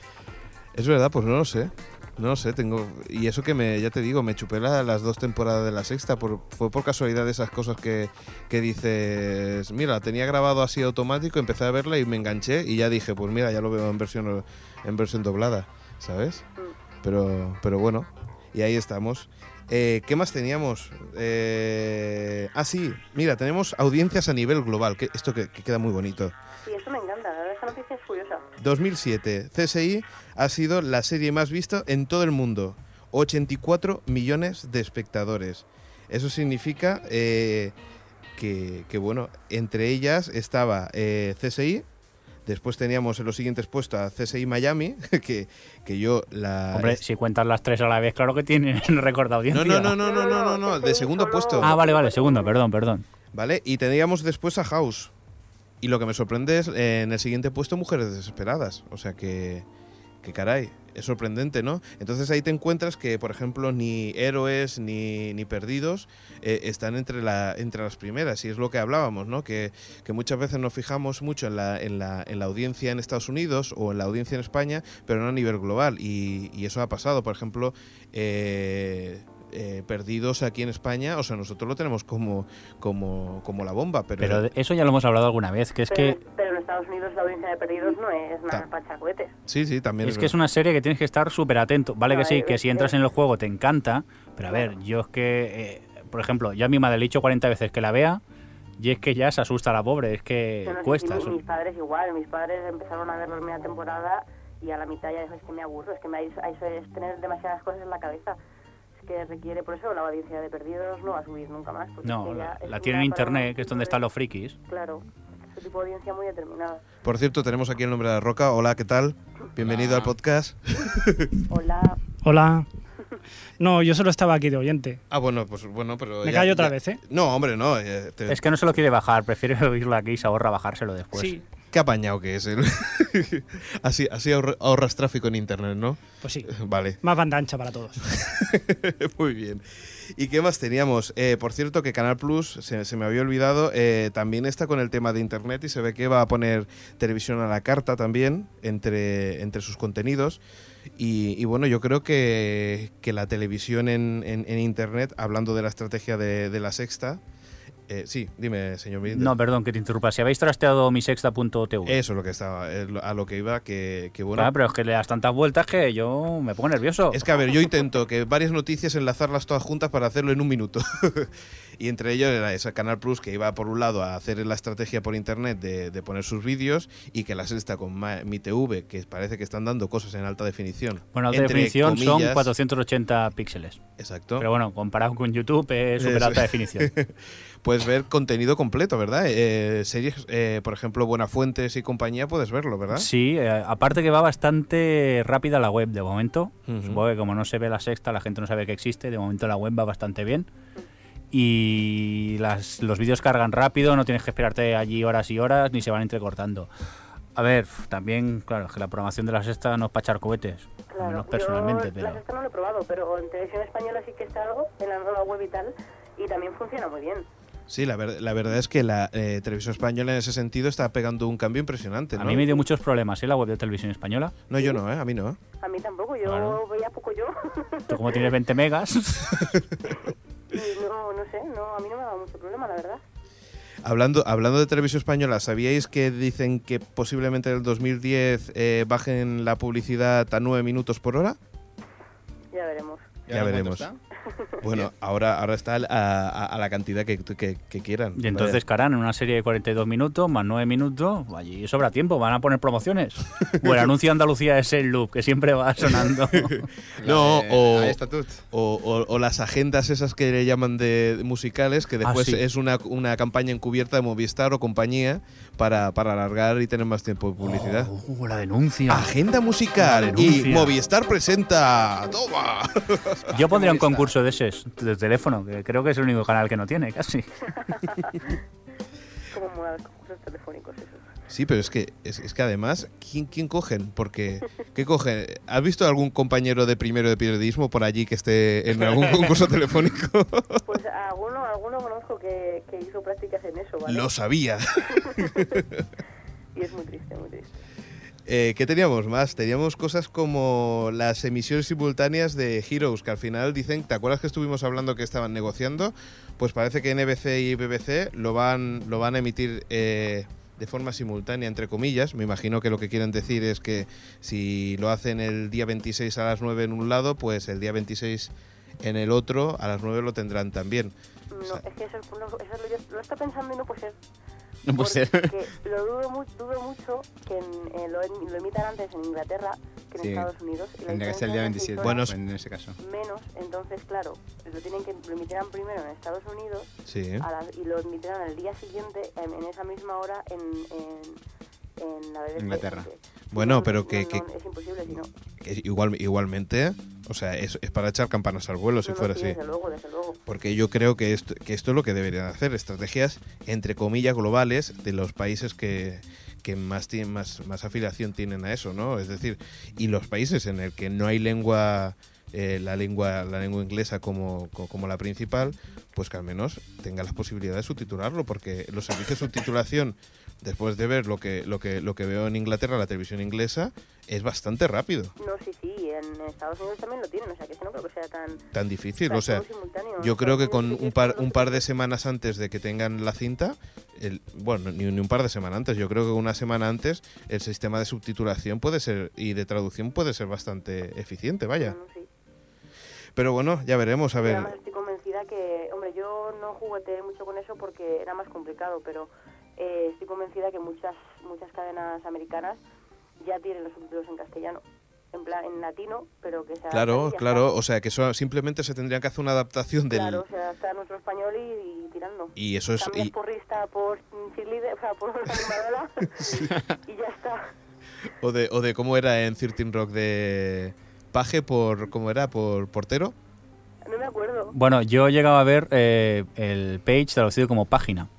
es verdad, pues no lo sé. No lo sé, tengo. Y eso que me, ya te digo, me chupé la- las dos temporadas de la sexta. Por, fue por casualidad de esas cosas que, que dices, mira, la tenía grabado así automático, empecé a verla y me enganché y ya dije, pues mira, ya lo veo en versión, en versión doblada, ¿sabes? Pero, pero bueno, y ahí estamos. Eh, ¿Qué más teníamos? Eh, ah, sí, mira, tenemos audiencias a nivel global, que esto que- que queda muy bonito.
Y eso me encanta, la verdad esa noticia es curiosa.
2007, CSI ha sido la serie más vista en todo el mundo. 84 millones de espectadores. Eso significa eh, que, que, bueno, entre ellas estaba eh, CSI, Después teníamos en los siguientes puestos a CSI Miami, que, que yo la...
Hombre, si cuentas las tres a la vez, claro que tienen récord de
no,
audiencia.
no, no, no, no, no, no, no, de segundo puesto.
Ah, vale, vale, segundo, perdón, perdón.
¿Vale? Y tendríamos después a House. Y lo que me sorprende es eh, en el siguiente puesto Mujeres Desesperadas. O sea que, que caray, es sorprendente, ¿no? Entonces ahí te encuentras que, por ejemplo, ni héroes ni, ni perdidos eh, están entre, la, entre las primeras. Y es lo que hablábamos, ¿no? Que, que muchas veces nos fijamos mucho en la, en, la, en la audiencia en Estados Unidos o en la audiencia en España, pero no a nivel global. Y, y eso ha pasado, por ejemplo... eh, eh, perdidos aquí en España, o sea, nosotros lo tenemos como, como, como la bomba, pero,
Pero de- eso ya lo hemos hablado alguna vez, que es
pero,
que
pero en Estados Unidos la audiencia de perdidos no es nada
Ta-
pachacuetes.
sí, sí, también
es que es una serie que tienes que estar súper atento. Vale que sí, que si entras en el juego te encanta, pero a ver, yo es que, eh, por ejemplo, yo a mi madre le he dicho 40 veces que la vea y es que ya se asusta la pobre, es que
Yo no sé,
Eh, cuesta.
mi-
eso.
mis padres igual, mis padres empezaron a ver la primera temporada y a la mitad ya dijo, es que me aburro, es que me, eso es tener demasiadas cosas en la cabeza. Es que requiere, por eso la audiencia de perdidos no va a subir nunca más. porque es
No,
que ya
la,
es
la
una
tienen en
para
internet,
un
que es donde
tipo
están
de-
los frikis.
Claro, es un tipo de audiencia muy determinada.
Por cierto, tenemos aquí el nombre de la Roca. Hola, ¿qué tal? Bienvenido al podcast.
Hola,
Hola. No, yo solo estaba aquí de oyente.
Ah, bueno, pues bueno, pero...
Me callo otra vez, ¿eh?
No, hombre, no. eh, te-
Es que no se lo quiere bajar, prefiere oírlo aquí y se ahorra bajárselo después.
sí,
Qué apañado que es. ¿eh? así así ahorra- ahorras tráfico en Internet, ¿no?
pues sí.
Vale,
Más banda ancha para todos.
muy bien. ¿Y qué más teníamos? Eh, por cierto, que Canal Plus, se, se me había olvidado, eh, también está con el tema de Internet y se ve que va a poner televisión a la carta también entre, entre sus contenidos. Y, y bueno, yo creo que, que la televisión en, en- en Internet, hablando de la estrategia de, de la sexta, eh, sí, dime, señor Mirindo.
No, perdón, que te interrumpa. Si habéis trasteado mi sexta.tv.
Eso es lo que estaba, es lo- a lo que iba, que, que Eh, bueno.
Ah, pero es que le das tantas vueltas que yo me pongo nervioso.
Es que, a ver, yo intento que varias noticias enlazarlas todas juntas para hacerlo en un minuto. y entre ellos era ese Canal Plus que iba, por un lado, a hacer la estrategia por internet de, de poner sus vídeos y que la sexta con Ma- Mi TV, que parece que están dando cosas en alta definición.
Bueno, de
Entre
definición son
comillas.
480 píxeles.
Exacto.
Pero bueno, comparado con YouTube es súper
Es-
alta definición.
Puedes ver contenido completo, ¿verdad? Eh, series, eh, por ejemplo, Buenafuentes y compañía, puedes verlo, ¿verdad?
Sí, eh, aparte que va bastante rápida la web de momento.
Ujú.
Supongo que como no se ve la sexta, la gente no sabe que existe. De momento la web va bastante bien. Y las- los vídeos cargan rápido, no tienes que esperarte allí horas y horas, ni se van entrecortando. A ver, f- también, claro, es que la programación de la sexta no es para echar cohetes, al
claro.
menos personalmente,
yo
pero...
La sexta no lo he probado, pero en televisión española sí que está algo, en la nueva web y tal, y también funciona muy bien.
Sí, la, ver- la verdad es que la eh, televisión española en ese sentido está pegando un cambio impresionante, ¿no?
A mí me dio muchos problemas, ¿eh? La web de televisión española.
No, yo no, ¿eh? A mí no. ¿eh?
A mí tampoco, yo
Claro.
veía poco yo.
Tú como tienes 20 megas...
y no, no sé, no, a mí no me daba mucho problema, la verdad.
Hablando, hablando de televisión española, ¿sabíais que dicen que posiblemente en el 2010 eh, bajen la publicidad a 9 minutos por hora?
Ya veremos.
Ya veremos. Bueno, ahora, ahora está al- a, a- a la cantidad que, que- que quieran.
Y entonces, Carán, en una serie de 42 minutos más 9 minutos, allí sobra tiempo, van a poner promociones. O el anuncio de Andalucía es el loop, que siempre va sonando.
Vaya. No, o,
Ahí está Tut.
o- o- o las agendas esas que le llaman de musicales, que después
Ah, sí.
es una, una campaña encubierta de Movistar o compañía para, para alargar y tener más tiempo de publicidad. Ah,
Oh, la denuncia.
Agenda musical
Una
y
denuncia.
Movistar presenta. ¡Toma!
Yo pondría un concurso de ese, de teléfono, que creo que es el único canal que no tiene, casi.
Como mola los concursos telefónicos esos.
Sí, pero es que, es, es que además, ¿quién, quién cogen? Porque, ¿qué cogen? ¿Has visto algún compañero de primero de periodismo por allí que esté en algún concurso telefónico?
Pues a alguno, a alguno conozco que, que hizo prácticas en eso, ¿vale?
Lo sabía.
Y es muy triste, muy triste.
Eh, ¿Qué teníamos más? Teníamos cosas como las emisiones simultáneas de Heroes, que al final dicen, ¿te acuerdas que estuvimos hablando que estaban negociando? Pues parece que NBC y BBC lo van, lo van a emitir eh, de forma simultánea, entre comillas. Me imagino que lo que quieren decir es que si lo hacen el día 26 a las 9 en un lado, pues el día 26 en el otro a las 9 lo tendrán también.
No,
sea-
es que eso, es- no, eso lo, yo- lo está pensando y no puede ser.
No puede ser.
Porque lo dudo, mu- dudo mucho que en- eh, lo, em- lo emitan antes en Inglaterra que en
Sí.
Estados Unidos. Y la
Tendría que ser el día
diferencia
27.
de seis
Bueno,
horas
es-
en ese caso.
menos, entonces claro, lo tienen que lo emitirán primero en Estados Unidos
Sí. ¿eh?
Ah. a la- y lo emitirán al día siguiente en, en esa misma hora en, en, en la BBC.
Inglaterra.
Bueno,
No,
pero
no,
que-
no,
que-
no, es imposible, si no.
Que Igual, igualmente, o sea, es, es para echar campanas al vuelo si
No, no,
fuera
sí,
así.
Desde luego, desde luego.
Porque yo creo que esto, que esto es lo que deberían hacer, estrategias entre comillas globales de los países que, que más, tienen, más, más afiliación tienen a eso, ¿no? Es decir, y los países en el que no hay lengua, eh, la lengua, la lengua inglesa como, co- como la principal, pues que al menos tenga las posibilidades de subtitularlo, porque los servicios de subtitulación, después de ver lo que, lo que, lo que veo en Inglaterra, la televisión inglesa, es bastante rápido,
No, sí, sí, en Estados Unidos también lo tienen, o sea, que eso no creo que sea tan...
tan difícil,
tan
o sea.
todo simultáneo.
Yo
En
creo que
Estados
con
Unidos sí
un
es
par,
todo
un par de semanas antes de que tengan la cinta, el, bueno, ni, ni un par de semanas antes, yo creo que una semana antes el sistema de subtitulación puede ser y de traducción puede ser bastante eficiente, vaya.
simultáneo, sí.
Pero bueno, ya veremos, a
Yo
ver.
Además estoy convencida que, hombre, yo no jugueteé mucho con eso porque era más complicado, pero eh, estoy convencida que muchas muchas cadenas americanas ya tienen los subtítulos en castellano, en plan en latino, pero que se
Claro,
adaptan y ya
claro,
está.
o sea que eso simplemente se tendría que hacer una adaptación del
Claro, se adapta a nuestro español y, y tirando.
y eso es
Cambias
y,
porrista por mm, cheerleader, o sea, por animadora y ya está.
o de o de cómo era en 13 Rock de Paje por cómo era por portero.
No me acuerdo.
Bueno, yo llegaba a ver eh, el page traducido como página.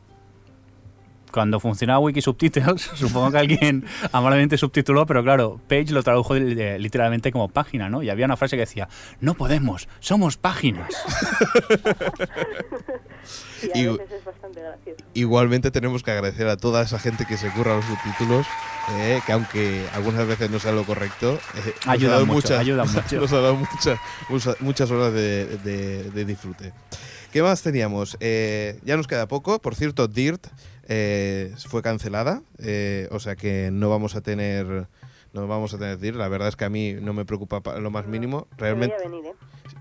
Cuando funcionaba Wiki Subtitles, supongo que alguien amablemente subtituló, pero claro, Page lo tradujo eh, literalmente como página, ¿no? Y había una frase que decía, no podemos, somos páginas.
Sí, a
Y-
veces es bastante gracioso.
Igualmente tenemos que agradecer a toda esa gente que se curra los subtítulos, eh, que aunque algunas veces no sea lo correcto, eh, nos
Ayudan
ha dado
mucho,
muchas,
ayudan mucho.
nos ha dado muchas, mucha- muchas horas de, de- de disfrute. ¿Qué más teníamos? Eh, ya nos queda poco. Por cierto, Dirt eh, fue cancelada, eh, o sea que no vamos a tener... No vamos a tener Dirt. la verdad es que a mí no me preocupa pa- lo más mínimo.
Me veía
Realmente,
venir, ¿eh?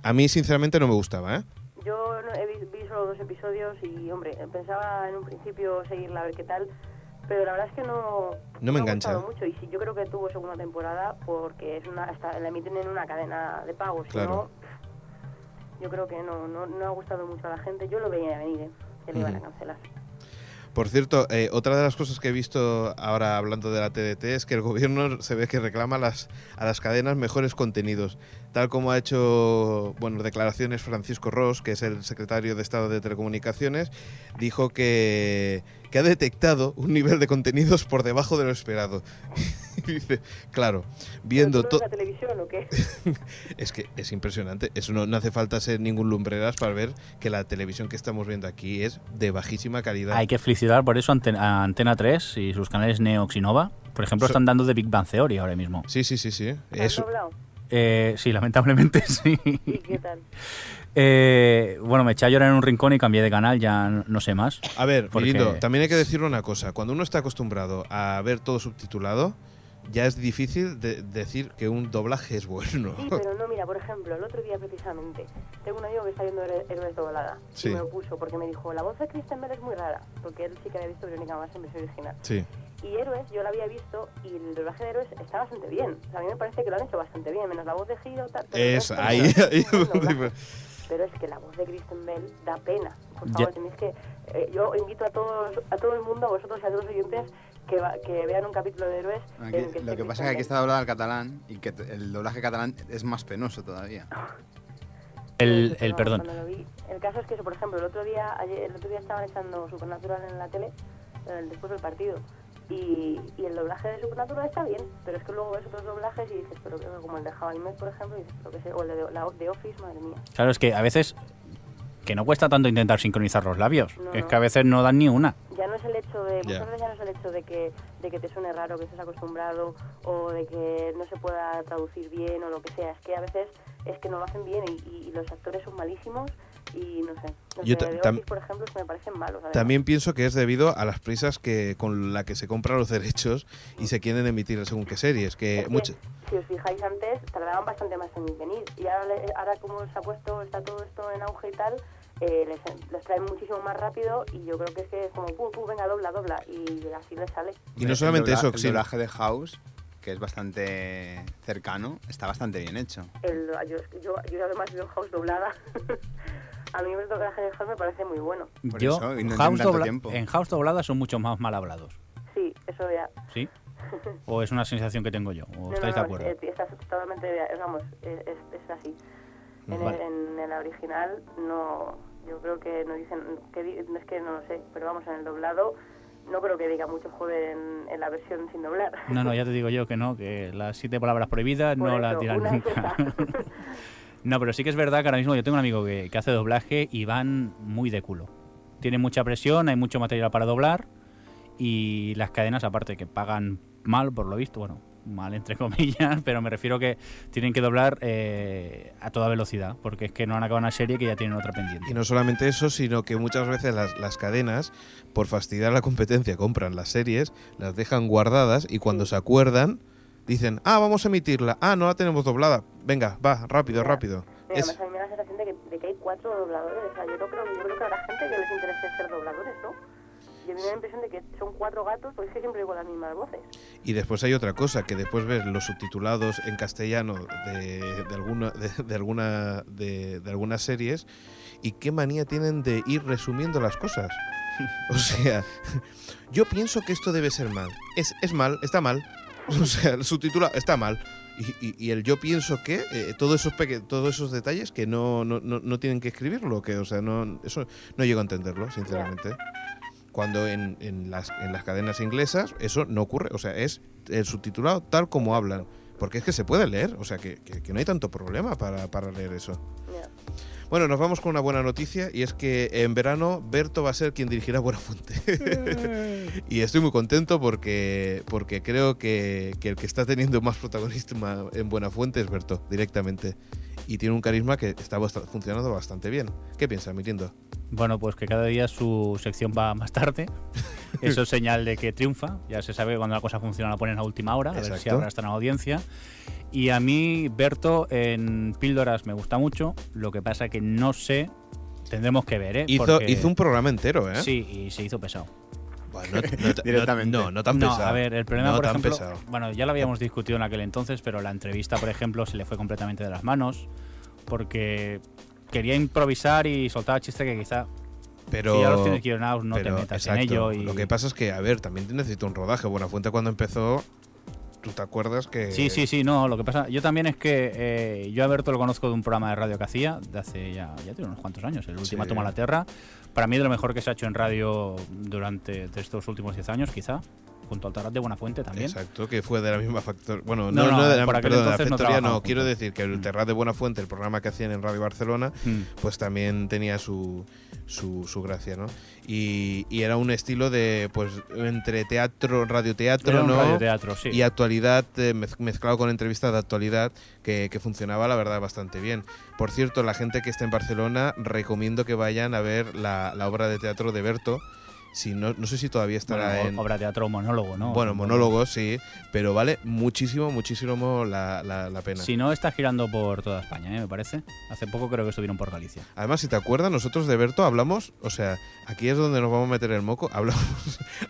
a mí sinceramente no me gustaba, ¿eh?
Yo no- he vi, vi solo dos episodios y, hombre, pensaba en un principio seguirla a ver qué tal, pero la verdad es que no,
me
ha
engancha.
gustado mucho. Y sí, yo creo que tuvo segunda temporada porque es una, hasta la emiten en una cadena de pago. si
Claro.
no, yo creo que no, no, no ha gustado mucho a la gente. Yo lo veía venir, ¿eh? que le iban a
Ujú.
cancelar.
Por cierto, eh, otra de las cosas que he visto ahora hablando de la TDT es que el gobierno se ve que reclama a las, a las cadenas mejores contenidos, tal como ha hecho bueno, declaraciones Francisco Ross, que es el secretario de Estado de Telecomunicaciones, dijo que, que ha detectado un nivel de contenidos por debajo de lo esperado. Y dice, claro, viendo
¿Pero tú
todo...
ves la televisión o qué?
Es que es impresionante, eso no, no hace falta ser ningún lumbreras para ver que la televisión que estamos viendo aquí es de bajísima calidad.
Hay que felicitar por eso a Anten- a Antena 3 y sus canales Neox y Nova. Por ejemplo,
So-
están dando The Big Bang Theory ahora mismo.
Sí, sí, sí, sí.
¿La has
Eso-
doblado?
Eh, sí, lamentablemente sí.
¿Y qué tal?
Eh, bueno, me eché a llorar en un rincón y cambié de canal, ya n- no sé más.
A ver,
Porque-
Mirindo, también hay que decir una cosa. Cuando uno está acostumbrado a ver todo subtitulado, ya es difícil de decir que un doblaje es bueno.
Sí, pero no, mira, por ejemplo, el otro día precisamente, tengo un amigo que está viendo Héroe- Héroes doblada.
Sí.
Y me lo puso porque me dijo, la voz de Kristen Bell es muy rara, porque él sí que había visto Verónica Mars en versión original.
Sí.
Y Héroes, yo la había visto y el doblaje de Héroes está bastante bien. O sea, a mí me parece que lo han hecho bastante bien, menos la voz de Giro, tal. pero el
Es
resto,
ahí,
o sea,
ahí
es un
es
buen
donde...
doblaje. Pero es que la voz de Kristen Bell da pena. Por
Ya.
favor, tenéis que... eh, yo invito a, todos, a todo el mundo, a vosotros y a todos los oyentes, que, va- que vean un capítulo de Héroes. en
Aquí-
el esté
lo Ah, que pasa es
Kristen
que aquí
Bell.
está doblado al catalán y que t- el doblaje catalán es más penoso todavía.
El,
Sí,
el
no,
perdón.
cuando lo vi. El caso es que, eso, por ejemplo, el otro día, ayer- el otro día estaban echando Supernatural en la tele eh, después del partido. Y, y el doblaje de Supernatural está bien, pero es que luego ves otros doblajes y dices, pero que- como el de How I Met, por ejemplo, y dices, pero que sé, o el de, la, de Office, madre mía.
Claro, es que a veces que no cuesta tanto intentar sincronizar los labios.
No,
que es
no.
que a veces no dan ni una.
Ya no es el hecho de, muchas
Ya.
veces ya no es el hecho de que, de que te suene raro, que estés acostumbrado, o de que no se pueda traducir bien o lo que sea. Es que a veces es que no lo hacen bien y, y- y los actores son malísimos y no sé. Los
Yo
de,
ta-
de
tam-
Office, por ejemplo, es que me parecen malos. además.
También pienso que es debido a las prisas que con la que se compran los derechos y se quieren emitir según qué series.
Es
Que
que,
mucha-
Si os fijáis antes, tardaban bastante más en venir. Y ahora, le- ahora como se ha puesto, está todo esto en auge y tal, eh, les, les traen muchísimo más rápido y yo creo que es que es como, pu, pu, venga, dobla, dobla. Y así les sale.
Y no solamente
el dobla-
eso,
el
sí.
doblaje de House, que es bastante cercano, está bastante bien hecho.
El, yo, yo, yo además veo House doblada. A mí el doblaje de House me parece muy bueno.
Por
Yo,
eso, y no tienen
House
tanto
dobla-
tiempo.
en House dobladas son mucho más mal hablados.
Sí, eso ya.
¿Sí? ¿O es una sensación que tengo yo? ¿O estáis de acuerdo?
eh, estás totalmente, de- vamos, eh, es, es así. En,
Vale.
el, en el original no, yo creo que no dicen, que di- es que no lo sé, pero vamos, en el doblado no creo que diga mucho joder en, en la versión sin doblar.
No, no, ya te digo yo que no, que las siete palabras prohibidas
Por
no
eso,
las dirán
una
nunca.
es esa.
no, pero sí que es verdad que ahora mismo yo tengo un amigo que, que hace doblaje y van muy de culo. Tiene mucha presión, hay mucho material para doblar y las cadenas, aparte que pagan mal, por lo visto, bueno, mal entre comillas, pero me refiero que tienen que doblar eh, a toda velocidad, porque es que no han acabado una serie que ya tienen otra pendiente.
Y no solamente eso, sino que muchas veces las, las cadenas, por fastidiar la competencia, compran las series, las dejan guardadas y cuando se acuerdan, dicen, ah, vamos a emitirla, ah, no la tenemos doblada, venga, va, rápido,
Ya.
rápido.
Mira,
Es,
además a mí me da la sensación de que, de que hay cuatro dobladores. O sea, yo, no creo, yo creo que habrá gente que les interese ser dobladores, ¿no? Yo me da la impresión de que son cuatro gatos, porque es que siempre digo las mismas voces.
Y después hay otra cosa, que después ves los subtitulados en castellano de, de, alguna, de, de alguna, de, de algunas series y qué manía tienen de ir resumiendo las cosas. O sea, yo pienso que esto debe ser mal. Es, es mal, está mal. O sea, el subtitulado está mal. Y, y- y el yo pienso que, eh, todos, esos peque- todos esos detalles que no, no, no- no tienen que escribirlo, que, o sea, no, eso no llego a entenderlo, sinceramente cuando en, en las, en las cadenas inglesas eso no ocurre. O sea, es el subtitulado tal como hablan. Porque es que se puede leer, o sea, que, que- que no hay tanto problema para, para leer eso.
Ya.
Bueno, nos vamos con una buena noticia y es que en verano Berto va a ser quien dirigirá Buenafuente. y estoy muy contento porque, porque creo que, que el que está teniendo más protagonismo en Buenafuente es Berto, directamente. Y tiene un carisma que está bast- funcionando bastante bien. ¿Qué piensas, Mirindo?
Bueno, pues que cada día su sección va más tarde. Eso es señal de que triunfa. Ya se sabe que cuando la cosa funciona la ponen a última hora, a ver si
Exacto.
ahora están a audiencia. Y a mí, Berto, en Píldoras me gusta mucho. Lo que pasa que no sé, tendremos que ver, ¿eh?
Hizo,
Porque-
hizo un programa entero, ¿eh?
Sí, y se hizo pesado.
Bueno, no, no-
Directamente.
No, no tan
no,
pesado.
a ver, el problema,
No
por
tan
ejemplo,
pesado. Eh.
bueno, ya lo habíamos discutido en aquel entonces, pero la entrevista, por ejemplo, se le fue completamente de las manos porque quería improvisar y soltaba chistes que quizá
Pero,
si ya los tienes guionados no
pero,
te metas
exacto,
en ello y
Lo que pasa es que, a ver, también te necesita un rodaje. Buenafuente cuando empezó, ¿tú te acuerdas que...?
Sí, sí, sí, no, lo que pasa, yo también es que eh, yo a Berto lo conozco de un programa de radio que hacía de hace ya, ya tiene unos cuantos años, el Ultimatum
Sí.
a la Tierra, para mí de lo mejor que se ha hecho en radio durante de estos últimos 10 años quizá, junto al Tarot de Buenafuente también.
Exacto, que fue de la misma factor. Bueno, no,
No,
no,
no,
de la,
por aquel
perdón, de la
entonces no
factoría no.
trabajaban
Quiero
juntos.
decir que el
Mm.
Terrat de Buenafuente, el programa que hacían en Radio Barcelona,
Mm.
pues también tenía su, su, su gracia, ¿no? Y, y era un estilo de, pues, entre teatro, radioteatro,
Era un
¿no?
radioteatro, sí.
y actualidad eh, mez- mezclado con entrevistas de actualidad que, que funcionaba la verdad bastante bien. Por cierto, la gente que está en Barcelona recomiendo que vayan a ver la, la obra de teatro de Berto. Si no, no sé si todavía estará
Bueno,
en...
obra de teatro monólogo, ¿no?
bueno,
Tampoco-
monólogos, sí, pero vale muchísimo, muchísimo la, la- la pena.
Si no, está girando por toda España, ¿eh? me parece. Hace poco creo que estuvieron por Galicia.
Además, si te acuerdas, nosotros de Berto hablamos, o sea, aquí es donde nos vamos a meter el moco, hablamos,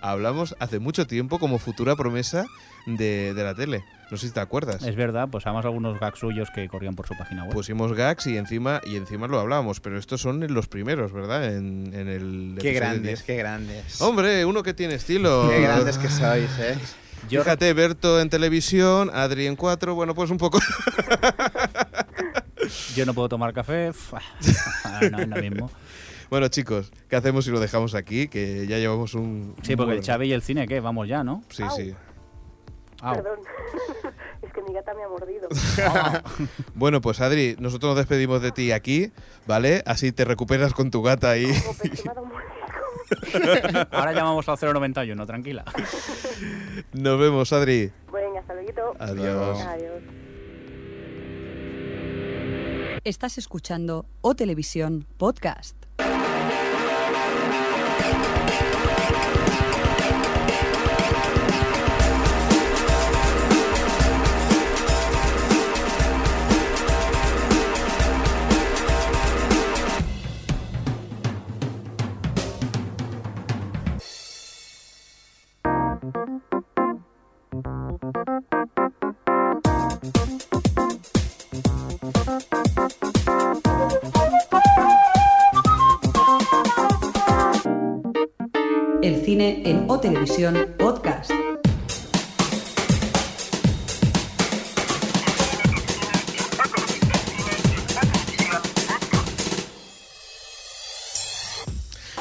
hablamos hace mucho tiempo como futura promesa de, de la tele. No sé si te acuerdas.
Es verdad, pues además algunos gags suyos que corrían por su página web.
pusimos gags y encima y encima lo hablábamos, pero estos son los primeros, ¿verdad? En, en el
Qué
episodio
grandes,
10.
qué grandes.
Hombre, uno que tiene estilo.
Qué grandes que sois, eh.
Yo
Fíjate, Berto en televisión, Adri en 4, bueno, pues un poco.
Yo no puedo tomar café. Ah, no es lo mismo.
bueno, chicos, ¿qué hacemos si lo dejamos aquí? Que ya llevamos un.
Sí, porque el
bueno,
Chávez y el cine, ¿qué? Vamos ya, ¿no? Ah,
Sí, sí.
Au.
Perdón, es que mi gata me ha mordido.
Bueno, pues Adri, nosotros nos despedimos de ti aquí, ¿vale? Así te recuperas con tu gata ahí.
Como perfumado un mordisco.
Ahora llamamos al 091, tranquila.
Eh, Nos vemos, Adri.
Venga, hasta luego.
Adiós.
Adiós.
Estás escuchando O Televisión Podcast. El cine en O Televisión Podcast.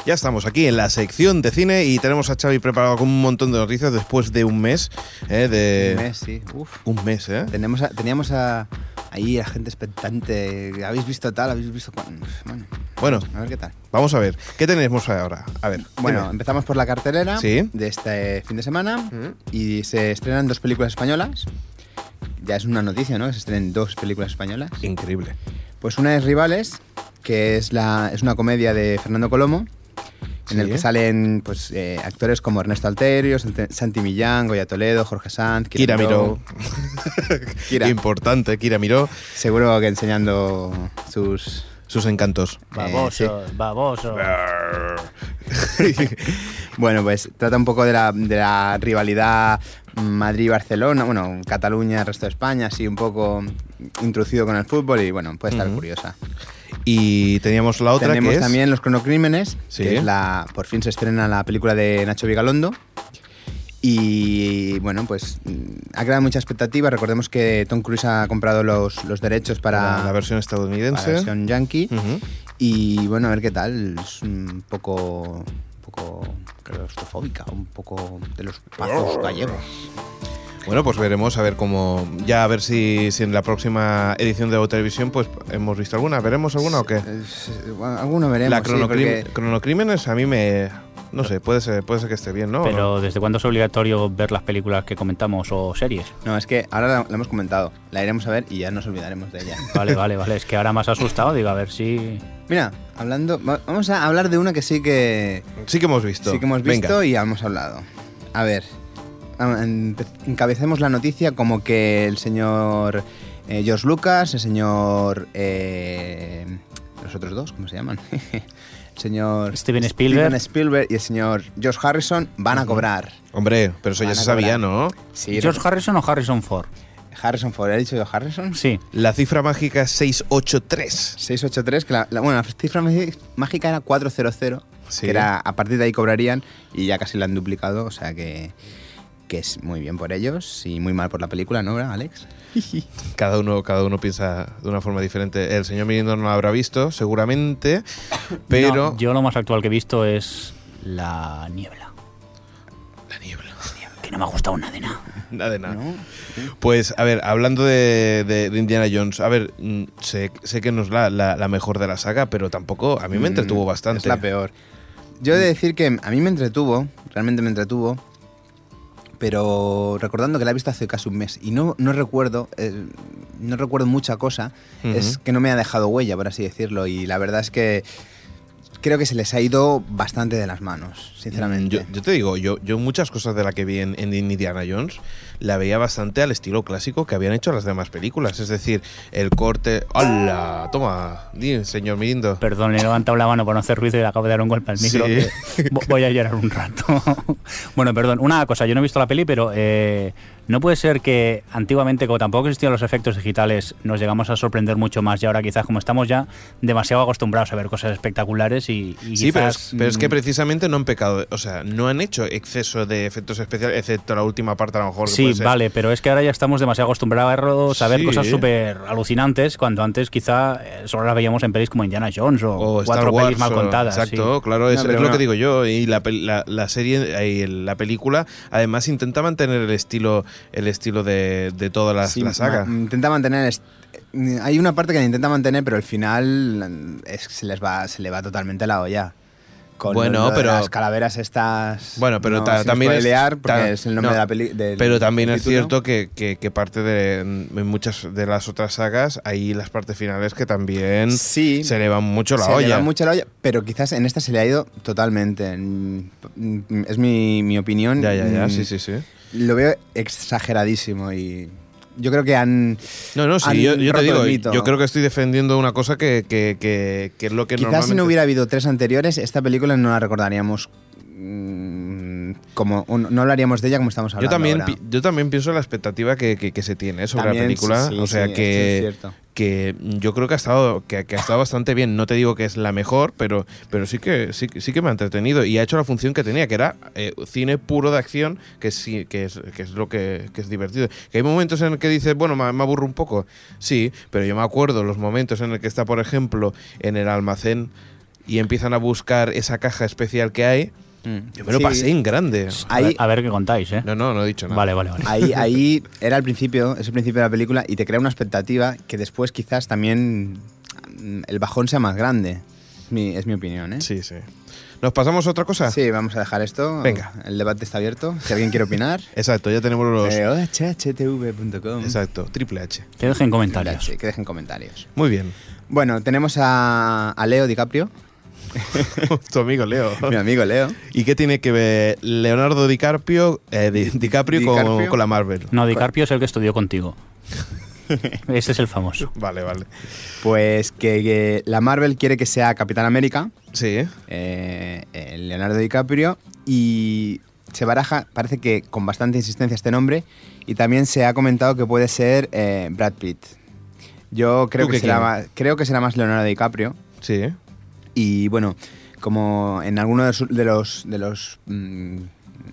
Ya estamos aquí en la sección de cine y tenemos a Xavi preparado con un montón de noticias después de un mes. eh, de...
Un mes, sí. Uf.
Un mes, ¿eh?
Tenemos a- teníamos a, ahí a gente expectante. ¿Habéis visto tal? ¿Habéis visto cuál? Bueno,
Bueno,
a ver qué tal.
vamos a ver. ¿Qué tenemos ahora? A ver.
Bueno,
dime.
empezamos por la cartelera
Sí. Mm.
de este fin de semana y se estrenan dos películas españolas. Ya es una noticia, ¿no? Que se estrenen dos películas españolas.
Increíble.
Pues una es Rivales, que es, la, es una comedia de Fernando Colomo, en el
Sí.
que salen pues, eh, actores como Ernesto Alterio, Sant- Santi Millán, Goya Toledo, Jorge Sanz,
Kira Miró.
Kira.
Importante, Kira Miró.
Seguro que enseñando sus...
Sus encantos.
Babosos, babosos.
Bueno, pues trata un poco de la, de la rivalidad Madrid-Barcelona, bueno, Cataluña, resto de España, así un poco introducido con el fútbol y bueno, puede estar
Ujú.
curiosa.
Y teníamos la otra
Tenemos
que es...
también Los Cronocrímenes,
Sí.
que es la, por fin se estrena la película de Nacho Vigalondo. Y bueno, pues mm, ha creado mucha expectativa. Recordemos que Tom Cruise ha comprado los, los derechos para
la, la versión
para
estadounidense.
la versión yankee.
Ujú.
Y bueno, a ver qué tal. Es un poco, un poco claustrofóbica, un poco de los pazos gallegos.
Bueno, pues veremos a ver cómo. Ya a ver si, si en la próxima edición de la televisión pues hemos visto alguna. ¿Veremos alguna o qué?
Es- es- bueno, Alguno veremos.
la
sí,
cronocrim-
porque-
cronocrímenes a mí me. No sé, puede ser, puede ser que esté bien, ¿no?
Pero ¿desde cuándo es obligatorio ver las películas que comentamos o series?
No, es que ahora la, la hemos comentado. La iremos a ver y ya nos olvidaremos de ella.
Vale, vale, vale. Es que ahora más asustado, digo, a ver si.
Mira, hablando, va- vamos a hablar de una que sí que
Sí que hemos visto.
sí que hemos
Venga.
visto y ya hemos hablado. A ver, a- empe- encabecemos la noticia como que el señor eh, George Lucas, el señor eh, los otros dos, ¿cómo se llaman? el señor
Steven Spielberg.
Steven Spielberg y el señor George Harrison van a cobrar.
Hombre, pero eso ya
Van
se
a cobrar.
sabía, ¿no?
Sí,
¿George Harrison o Harrison Ford?
Harrison Ford, ¿he dicho yo Harrison?
Sí.
La cifra mágica es 683.
683, que la, la- bueno, la cifra magi- mágica era 400,
Sí.
que era a partir de ahí cobrarían y ya casi la han duplicado, o sea que, que es muy bien por ellos y muy mal por la película, ¿no, Alex?
Cada uno, cada uno piensa de una forma diferente. El señor Mirindo no lo habrá visto, seguramente, pero.
No, yo lo más actual que he visto es La Niebla.
La niebla.
Que no me ha gustado nada de nada.
Nada de nada.
¿No?
Pues, a ver, hablando de, de- de Indiana Jones, a ver, mm, sé, sé que no es la, la- la mejor de la saga, pero tampoco, a mí me entretuvo
Mm,
bastante.
Es la peor. Yo he de decir que a mí me entretuvo, realmente me entretuvo, pero recordando que la he visto hace casi un mes y no, no recuerdo, eh, no recuerdo mucha cosa,
Ujú.
es que no me ha dejado huella, por así decirlo, y la verdad es que creo que se les ha ido bastante de las manos,
Mm,
sinceramente.
Yo, yo te digo, yo, yo muchas cosas de la que vi en, en Indiana Jones la veía bastante al estilo clásico que habían hecho las demás películas. Es decir, el corte. ¡Hola! Toma, di, señor Mirindo.
Perdón, le he levantado la mano para no hacer ruido y le acabo de dar un golpe al
Sí.
micro. que vo- Voy a llorar un rato. bueno, perdón, una cosa, yo no he visto la peli, pero eh, no puede ser que antiguamente, como tampoco existían los efectos digitales, nos llegamos a sorprender mucho más y ahora quizás como estamos ya demasiado acostumbrados a ver cosas espectaculares y, y
Sí, pero
quizás...
es, pero es que
mm,
precisamente no han pecado, o sea, no han hecho exceso de efectos especiales, excepto la última parte a lo mejor. que
Sí,
puede ser.
vale, pero es que ahora ya estamos demasiado acostumbrados a verlos, a ver
Sí.
cosas súper alucinantes, cuando antes quizá eh, solo las veíamos en pelis como Indiana Jones o,
O Star
cuatro pelis
Wars,
mal
o-
contadas.
Exacto, claro, es,
No, pero
es lo
bueno.
que digo yo. Y la, pel- la, la serie eh, y el- la película, además, intenta mantener el estilo, el estilo de, de toda la,
Sí,
la saga.
ma- intenta mantener. est- eh, Hay una parte que la intenta mantener, pero al final eh, es, se les va, se le va totalmente la olla. Con
Bueno,
lo de
pero-
las calaveras estas.
Bueno, pero
no,
ta-
sin
también es-
spoilear, porque
ta-
es el nombre
no,
de la peli. del-
Pero también
del
es
título.
cierto que, que- que parte de en muchas de las otras sagas hay las partes finales que también
Sí.
se elevan mucho la
se le
olla.
va mucho la olla, pero quizás en esta se le ha ido totalmente. Mm, mm, Es mi, mi opinión.
Ya, ya, ya,
Mm,
sí, sí, sí.
Lo veo exageradísimo y yo creo que han.
No, no, sí,
han
yo, yo
roto
te
el
digo,
mito.
yo creo que estoy defendiendo una cosa que, que- que- que es lo que
Quizás
normalmente...
si no hubiera habido tres anteriores, esta película no la recordaríamos mm, como o no no hablaríamos de ella como estamos hablando.
Yo también,
ahora.
pi- yo también pienso en la expectativa que, que- que se tiene sobre la
También,
película.
sí, sí,
o sea
sí,
que,
es cierto.
que yo creo que ha estado, que, que ha estado bastante bien. No te digo que es la mejor, pero, pero sí que sí, que- sí que me ha entretenido y ha hecho la función que tenía, que era eh, cine puro de acción, que sí, que es, que es lo que, que es divertido. Que hay momentos en el que dices, bueno, me, me aburro un poco. Sí, pero yo me acuerdo los momentos en el que está, por ejemplo, en el almacén. y empiezan a buscar esa caja especial que hay. Mm.
Mm.
Yo me lo pasé en grande.
A ver-
Ahí-
a ver qué contáis, ¿eh?
No, no, no he dicho nada.
Vale, vale, vale.
Ahí, ahí era el principio, es el principio de la película y te crea una expectativa que después quizás también mm, el bajón sea más grande. Es mi, es mi opinión, ¿eh?
Sí, sí. ¿Nos pasamos a otra cosa?
Sí, vamos a dejar esto.
Venga.
El debate está abierto. Si alguien quiere opinar,
Exacto, ya tenemos los.
eh, hhtv.com.
Exacto, triple H.
Que dejen
Mira,
comentarios.
sí, Que dejen comentarios.
Muy bien.
Bueno, tenemos a, a Leo DiCaprio,
tu amigo Leo.
mi amigo Leo.
¿Y qué tiene que ver Leonardo DiCaprio, eh, Di- DiCaprio, con- Con,
DiCaprio.
la Marvel?
No, DiCarpio es el que estudió contigo. Ese es el famoso.
Vale, vale.
Pues que, que la Marvel quiere que sea Capitán América,
Sí, ¿eh?
eh, eh, Leonardo DiCaprio, y se baraja, parece que con bastante insistencia este nombre, y también se ha comentado que puede ser eh, Brad Pitt. Yo creo
¿Tú
que,
qué
será
quieres?
más, creo que será más Leonardo DiCaprio,
sí. ¿eh?
Y bueno, como en alguno de su- de los, de los, mm,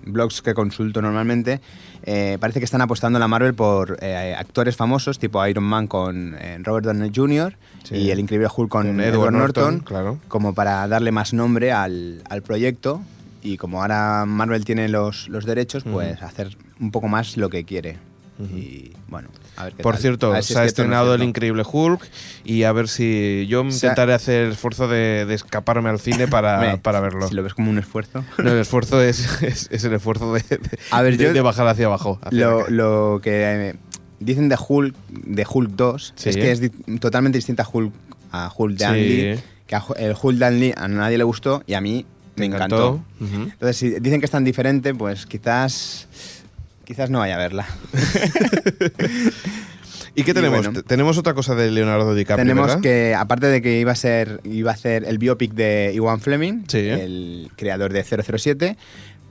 blogs que consulto normalmente, eh, parece que están apostando la Marvel por eh, actores famosos, tipo Iron Man con eh, Robert Downey Jr.
Sí.
y el increíble Hulk con, Edward, Norton,
claro.
como para darle más nombre al, al proyecto. Y como ahora Marvel tiene los, los derechos, pues hacer un poco más lo que quiere. Y bueno, a ver qué
Por
tal. Ah, A
cierto,
ver si
se ha
es cierto o no es
estrenado El
cierto.
Increíble Hulk y a ver si yo
Se ha-
intentaré hacer el esfuerzo de, de escaparme al cine para,
Hombre,
para verlo.
Si lo ves como un esfuerzo.
No, el esfuerzo es, es- es el esfuerzo de, de-
A ver,
de-
yo-
de bajar hacia abajo. hacia
lo,
acá.
lo que eh, dicen de Hulk, de Hulk 2,
Sí.
es que es di- totalmente distinta a Hulk, a Hulk
Sí.
de Andy, que a Ju- el Hulk de Andy a nadie le gustó y a mí me
¿Te
encantó.
Ujú.
Entonces, si dicen que es tan diferente, pues quizás quizás no vaya a verla.
¿Y qué
Y
tenemos?
bueno.
Te- tenemos otra cosa de Leonardo DiCaprio.
Tenemos
¿verdad?
que, aparte de que iba a ser iba a hacer el biopic de Iwan Fleming,
Sí.
el creador de 007,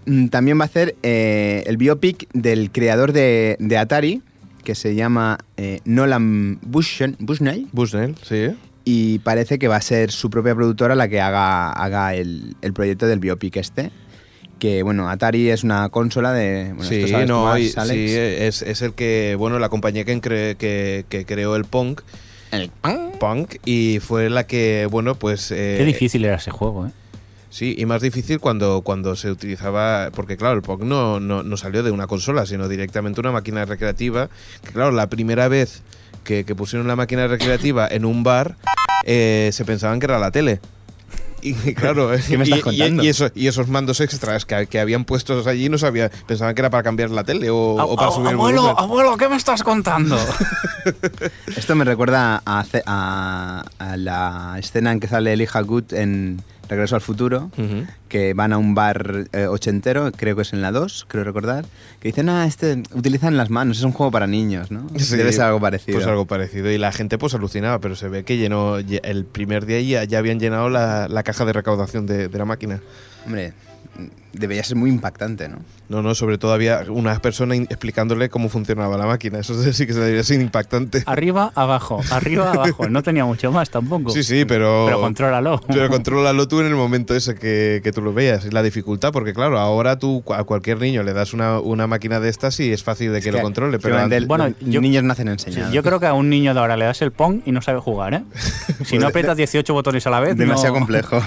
mm, también va a hacer eh, el biopic del creador de, de Atari, que se llama eh, Nolan Bushnell, Bushnell,
Bushnell, sí.
y parece que va a ser su propia productora la que haga, haga el, el proyecto del biopic este. Que bueno, Atari es una consola de. Bueno, esto
sí,
sabes tú
no,
más,
y-
Alex.
sí, eh. es, es el que, bueno, la compañía que, cre- que, que creó el punk,
El pan.
punk y fue la que, bueno, pues... eh,
Qué difícil era ese juego, ¿eh?
Sí, y más difícil cuando, cuando se utilizaba, porque claro, el punk no, no, no salió de una consola, sino directamente una máquina recreativa, que claro, la primera vez que, que pusieron la máquina recreativa en un bar, eh, se pensaban que era la tele. Y claro,
¿Qué me estás
y- y-
contando?
y eso- y esos mandos extras que, que habían puestos allí no sabía, pensaban que era para cambiar la tele o,
Ah,
o para subir el volumen.
Ah, abuelo, ¿qué me estás contando?
Esto me recuerda a, ce- a- a la escena en que sale Elijah Good en Regreso al Futuro,
Ujú.
que van a un bar eh, ochentero, creo que es en la 2, creo recordar, que dicen, ah, este, utilizan las manos, es un juego para niños, ¿no?
Sí,
Debe ser algo parecido.
Pues algo parecido. Y la gente pues alucinaba, pero se ve que llenó ye- el primer día ya, ya habían llenado la, la caja de recaudación de, de la máquina.
Hombre, debería ser muy impactante, ¿no?
No, no, sobre todo había una persona in- explicándole cómo funcionaba la máquina. Eso sí que se debería ser impactante.
Arriba, abajo, arriba, abajo. No tenía mucho más tampoco.
Sí, sí, pero.
Pero contrólalo.
Pero contrólalo tú en el momento ese que, que tú lo veas. Y la dificultad, porque claro, ahora tú cu- a cualquier niño le das una, una máquina de estas y es fácil de que, lo
Que,
controle. Pero
obviamente,
antes-
los
Bueno, yo-
niños nacen
Sí,
enseñados.
yo creo que a un niño de ahora le das el Pong y no sabe jugar, ¿eh? Si no aprietas 18 botones a la vez.
Demasiado
no-
complejo.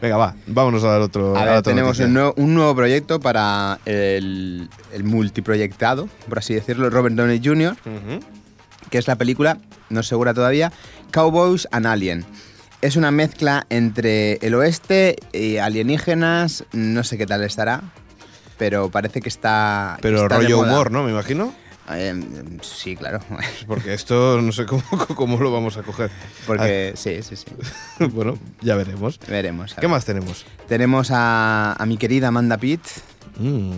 Venga, va, vámonos a dar otro.
A
la
ver,
otra
tenemos
noticia.
un nuevo, un nuevo proyecto para el, el multiproyectado, por así decirlo, Robert Downey Jr.,
Ujú.
que es la película, no segura todavía, Cowboys and Alien. Es una mezcla entre el oeste y alienígenas, no sé qué tal estará, pero parece que está... que
Pero
está de
rollo
moda.
humor, ¿no? Me imagino.
Eh, sí, claro,
Pues Porque esto no sé cómo, cómo lo vamos a coger.
porque sí, sí, sí,
Ah, bueno, ya veremos.
veremos. a
¿Qué
ver.
más tenemos?
Tenemos a, a mi querida Amanda Pitt
Mm,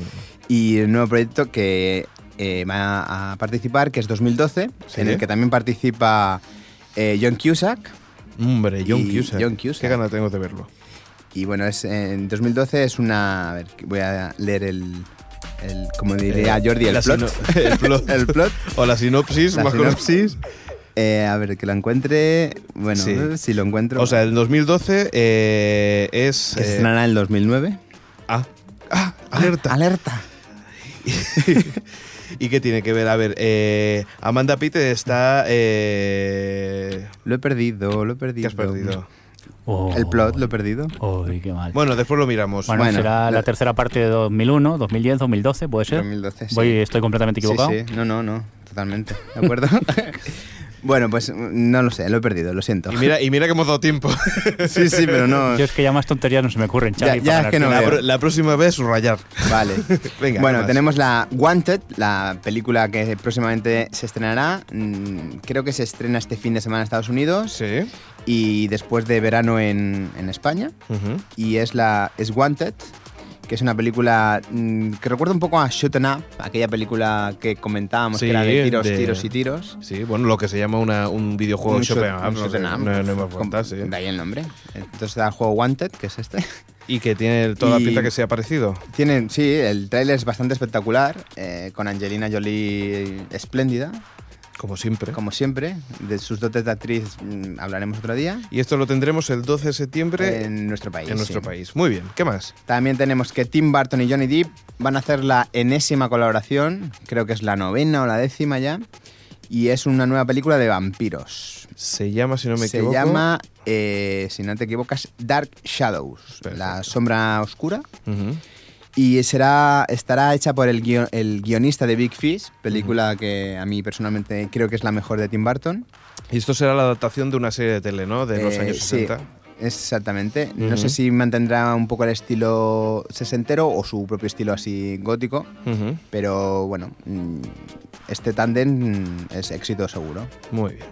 y el nuevo proyecto que eh, va a participar, que es 2012,
Sí.
en el que también participa eh, John Cusack.
hombre, John
Y
Cusack.
John Cusack.
Qué ganas tengo de verlo.
Y bueno, es, en 2012 es una. A ver, voy a leer el. el- como diría
Eh,
Jordi, el
la
plot.
sino- el plot.
el plot.
O la sinopsis,
La
más conocida.
sinopsis. Eh, a ver, que lo encuentre. Bueno,
Sí.
eh, si lo encuentro.
O sea, el 2012 eh, es.
que se
eh,
estrenará en el 2009.
ah, ah, alerta.
¡Alerta!
¿Y qué tiene que ver? A ver, eh, Amanda Pitt está. eh,
Lo he perdido, lo he perdido.
¿Qué has perdido?
Oh,
El plot, lo he perdido.
Uy, qué mal. Bueno,
Bueno, después lo miramos.
bueno,
será la
la-
tercera parte de 2001, 2010, 2012, puede ser.
2012, sí.
Voy, estoy completamente equivocado.
Sí, sí. No, no, no. Totalmente. ¿De acuerdo? bueno, pues no lo sé. Lo he perdido. Lo siento.
Y mira, y mira que hemos dado tiempo.
sí, sí, pero no.
Yo es que ya más tonterías no se me ocurren, Charlie.
Ya- ya
para
es que no
ganar
La,
veo.
tiempo.
pro- la próxima vez, subrayar.
Vale.
Venga,
bueno,
más.
tenemos la Wanted, la película que próximamente se estrenará. Mm, Creo que se estrena este fin de semana en Estados Unidos
Sí.
y después de verano en, en España.
Ujú.
Y es la es Wanted, que es una película mm, que recuerda un poco a Shut 'em Up, aquella película que comentábamos
Sí,
que era de tiros,
de-
tiros y tiros.
Sí, bueno, lo que se llama una- un videojuego
Un
Shoot
shoot-
'em up,
un
no
shoot
sé,
'em up.
no- no me importa, sí.
De ahí el nombre. Entonces está el juego Wanted, que es este.
Y que tiene toda
Y-
la pinta que sea parecido.
Tienen, sí, el tráiler es bastante espectacular, eh, con Angelina Jolie espléndida,
Como siempre.
como siempre. De sus dotes de actriz mm, hablaremos otro día.
Y esto lo tendremos el 12 de septiembre en,
En nuestro país.
nuestro
sí.
país. Muy bien, ¿qué más?
También tenemos que Tim Burton y Johnny Depp van a hacer la enésima colaboración, creo que es la novena o la décima ya, y es una nueva película de vampiros.
Se llama, si no me
Se
equivoco.
llama, eh, si no te equivocas, Dark Shadows, la
Perfecto.
sombra oscura.
Ujú.
Y será, estará hecha por el, guio- el guionista de Big Fish, película que a mí personalmente creo que es la mejor de Tim Burton.
Y esto será la adaptación de una serie de tele, ¿no? De los
Eh,
años
sí,
60.
exactamente. No sé
Ujú.
si mantendrá un poco el estilo sesentero o su propio estilo así gótico,
Ujú.
pero bueno, mm, este tándem mm, es éxito seguro.
Muy bien.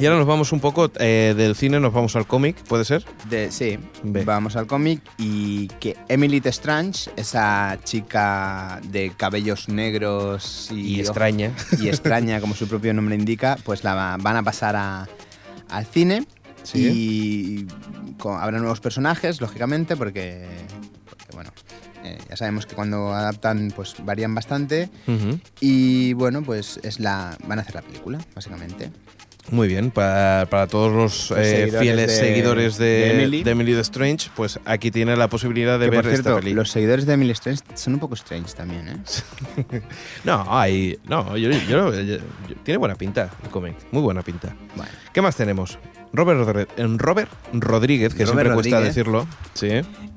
Y ahora nos vamos un poco eh, del cine, nos vamos al cómic, ¿puede ser?
De, sí,
Ve.
vamos al cómic y que Emily Strange, esa chica de cabellos negros y,
Y
ojos
extraña.
y extraña, como su propio nombre indica, pues la va- van a pasar a- al cine. Y co- habrá nuevos personajes, lógicamente, porque, porque, bueno, eh, ya sabemos que cuando adaptan, pues varían bastante.
Ujú.
Y bueno, pues es la van a hacer la película, básicamente.
Muy bien, para, para todos los
Los
eh,
seguidores
fieles
de-
seguidores de,
de Emily.
de Emily the Strange, pues aquí tiene la posibilidad de
que
ver
por cierto,
esta peli.
los seguidores de Emily Strange son un poco strange también, ¿eh?
No, hay, no yo, yo- yo- yo- tiene buena pinta el cómic, muy buena pinta.
Bueno,
¿Qué más tenemos? Robert, Rodre- eh, Robert Rodríguez, que
Robert
siempre cuesta
Rodríguez.
decirlo. Sí.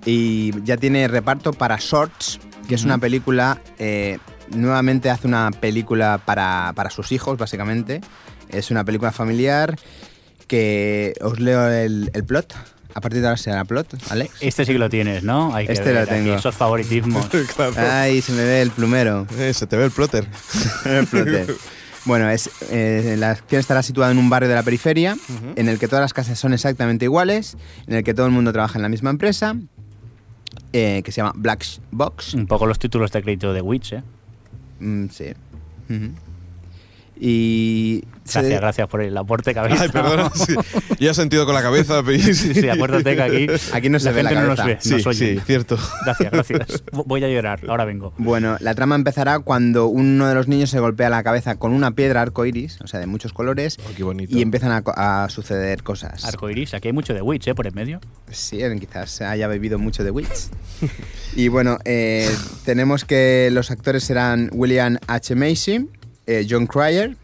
y ya tiene reparto para Shorts, que es
Ujú.
una película. eh, nuevamente hace una película para, para sus hijos, básicamente. Es una película familiar que os leo el, el plot. A partir de ahora será plot, Alex.
Este sí que lo tienes, ¿no? Hay que
Este
ver
lo tengo.
aquí Esos favoritismos.
Ay, se me ve el plumero.
Ah. Eh, se te ve el plotter.
El plotter. Bueno, es, eh, la acción estará situada en un barrio de la periferia, en el que todas las casas son exactamente iguales, en el que todo el mundo trabaja en la misma empresa, eh, que se llama Black Sh- Box.
Un poco los títulos de crédito de Witch, ¿eh?
Mm, sí. Ujú. Y. se-
Gracias, gracias por el aporte que habéis
Ay,
dado.
perdona. sí. Yo he sentido con la cabeza. pero-
Sí, acuérdate que aquí,
Aquí no se ve la
gente no nos
cabeza.
ve,
Sí,
nos oye.
sí, cierto.
Gracias, gracias. Vo- Voy a llorar, ahora vengo.
Bueno, la trama empezará cuando uno de los niños se golpea la cabeza con una piedra arcoiris, o sea, de muchos colores,
Oh, qué bonito.
y empiezan a co- a, suceder cosas.
Arcoiris, aquí hay mucho de Witch, ¿eh? Por en medio.
Sí, en- quizás haya bebido mucho de Witch. y bueno, eh, tenemos que los actores serán William H. Macy, eh, John Cryer,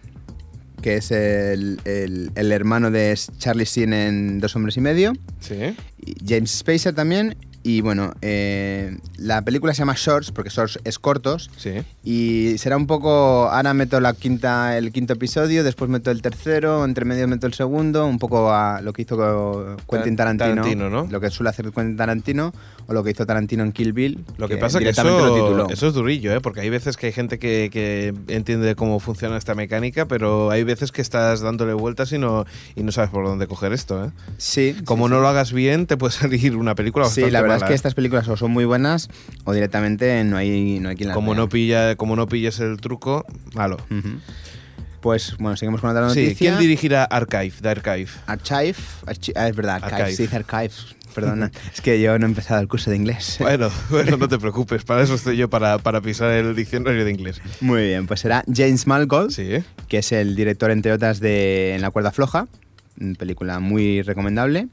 que es el, el- el hermano de Charlie Sheen en Dos Hombres y Medio,
Sí.
y James Spacer también. Y bueno, eh, la película se llama Shorts, porque Shorts es cortos,
Sí.
y será un poco, ahora meto la quinta, el quinto episodio, después meto el tercero, entre medio meto el segundo, un poco a lo que hizo co- Quentin
Tar-
Tarantino,
Tarantino, ¿no?
lo que suele hacer Quentin Tarantino, o lo que hizo Tarantino en Kill Bill.
Lo que, pasa es que
directamente lo
eso,
tituló.
eso es durillo, ¿eh? porque hay veces que hay gente que, que entiende cómo funciona esta mecánica, pero hay veces que estás dándole vueltas y no, y no sabes por dónde coger esto. ¿eh?
Sí. sí,
Como
sí.
no lo hagas bien, te puede salir una película
Sí,
bastante
la verdad
mala,
es que
¿eh?
estas películas o son muy buenas o directamente no hay, no hay quien las
como
vea.
no, pilla, como no pilles el truco, malo.
Ujú. Pues bueno, seguimos con otra
Sí,
noticia.
¿Quién dirigirá Archive? The Archive.
Archive, archi- ah, es verdad, Archive,
Archive.
se dice Archive, perdona, es que yo no he empezado el curso de inglés.
Bueno, bueno, no te preocupes, para eso estoy yo, para, para pisar el diccionario de inglés.
Muy bien, pues será James Mangold,
Sí, ¿eh?
que es el director, entre otras, de En la cuerda floja, mm, película muy recomendable.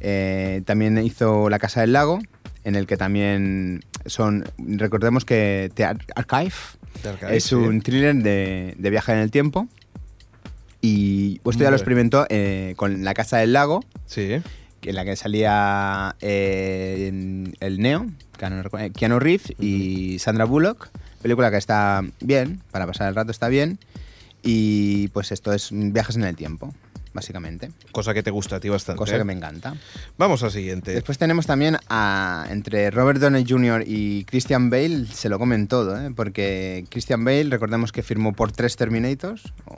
Eh, también hizo La casa del lago, en el que también son, recordemos que The Ar- Archive
The Archive,
es
sí.
un thriller de, de viaje en el tiempo. Y esto
Muy
ya lo
bien.
experimentó eh, con La casa del lago,
Sí,
en la que salía eh, en el Neo, Keanu eh, Keanu Reeves y Sandra Bullock. Película que está bien, para pasar el rato está bien. Y pues esto es viajes en el tiempo, básicamente.
Cosa que te gusta a ti bastante.
Cosa
¿eh?
que me encanta.
Vamos al siguiente.
Después tenemos también a, entre Robert Downey Jr. y Christian Bale, se lo comen todo, ¿eh? porque Christian Bale, recordemos que firmó por tres Terminators, o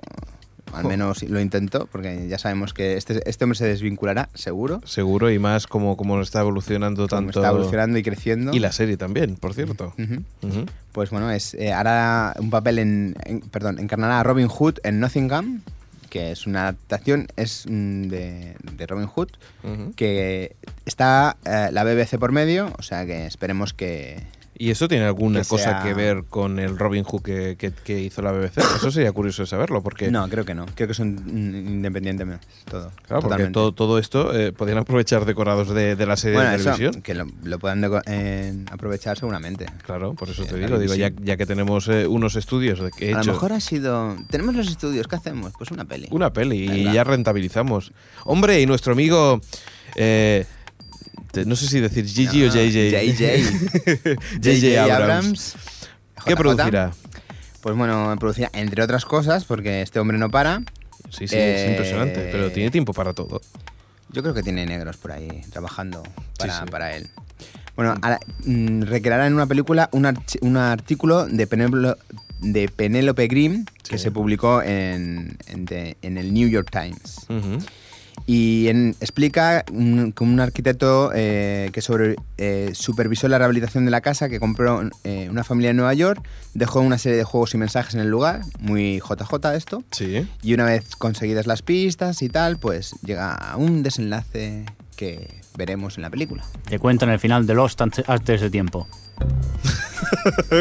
al
Jo.
menos lo intentó, porque ya sabemos que este, este hombre se desvinculará, seguro.
Seguro, y más como, como está evolucionando
como
tanto.
Está evolucionando y creciendo.
Y la serie también, por cierto.
Ujú.
Ujú.
Pues bueno, es, eh, hará un papel en, en- Perdón, encarnará a Robin Hood en Nottingham, que es una adaptación es, mm, de, de Robin Hood,
Ujú.
que está eh, la BBC por medio, o sea que esperemos que.
¿Y eso tiene alguna
Que
cosa
sea-
que ver con el Robin Hood que, que- que hizo la BBC? Eso sería curioso de saberlo, porque,
No, creo que no. Creo que son mm, independientemente todo.
claro, porque
totalmente.
todo, todo esto eh, podían aprovechar decorados de, de la serie
bueno,
de
eso,
televisión.
que lo, lo puedan deco- eh, aprovechar seguramente.
Claro, por eso
Sí,
te
la
digo, digo ya,
televisión.
ya que tenemos eh, unos estudios de que he
A
hecho
lo mejor ha sido. Tenemos los estudios, ¿qué hacemos? Pues una peli.
una peli y
Venga.
ya rentabilizamos. Hombre, y nuestro amigo, eh, te- no sé si decir Gigi o
No,
JJ.
JJ.
JJ Abrams. ¿Qué
JJ.
producirá?
Pues bueno, producirá, entre otras cosas, porque este hombre no para.
Sí, sí, es impresionante,
Eh,
pero tiene tiempo para todo.
Yo creo que tiene negros por ahí trabajando para,
sí.
para él. Bueno, ahora, mm, recreará en una película un, archi- un artículo de Penélope, de Penélope Grimm que
Sí.
se publicó en, en The- en el New York Times.
Ujú.
Y en- explica mm, que un arquitecto eh, que sobre- eh, supervisó la rehabilitación de la casa que compró eh, una familia en Nueva York, dejó una serie de juegos y mensajes en el lugar, muy JJ esto,
Sí.
y una vez conseguidas las pistas y tal, pues llega a un desenlace que veremos en la película.
Te cuento en el final de Lost ante- antes de tiempo.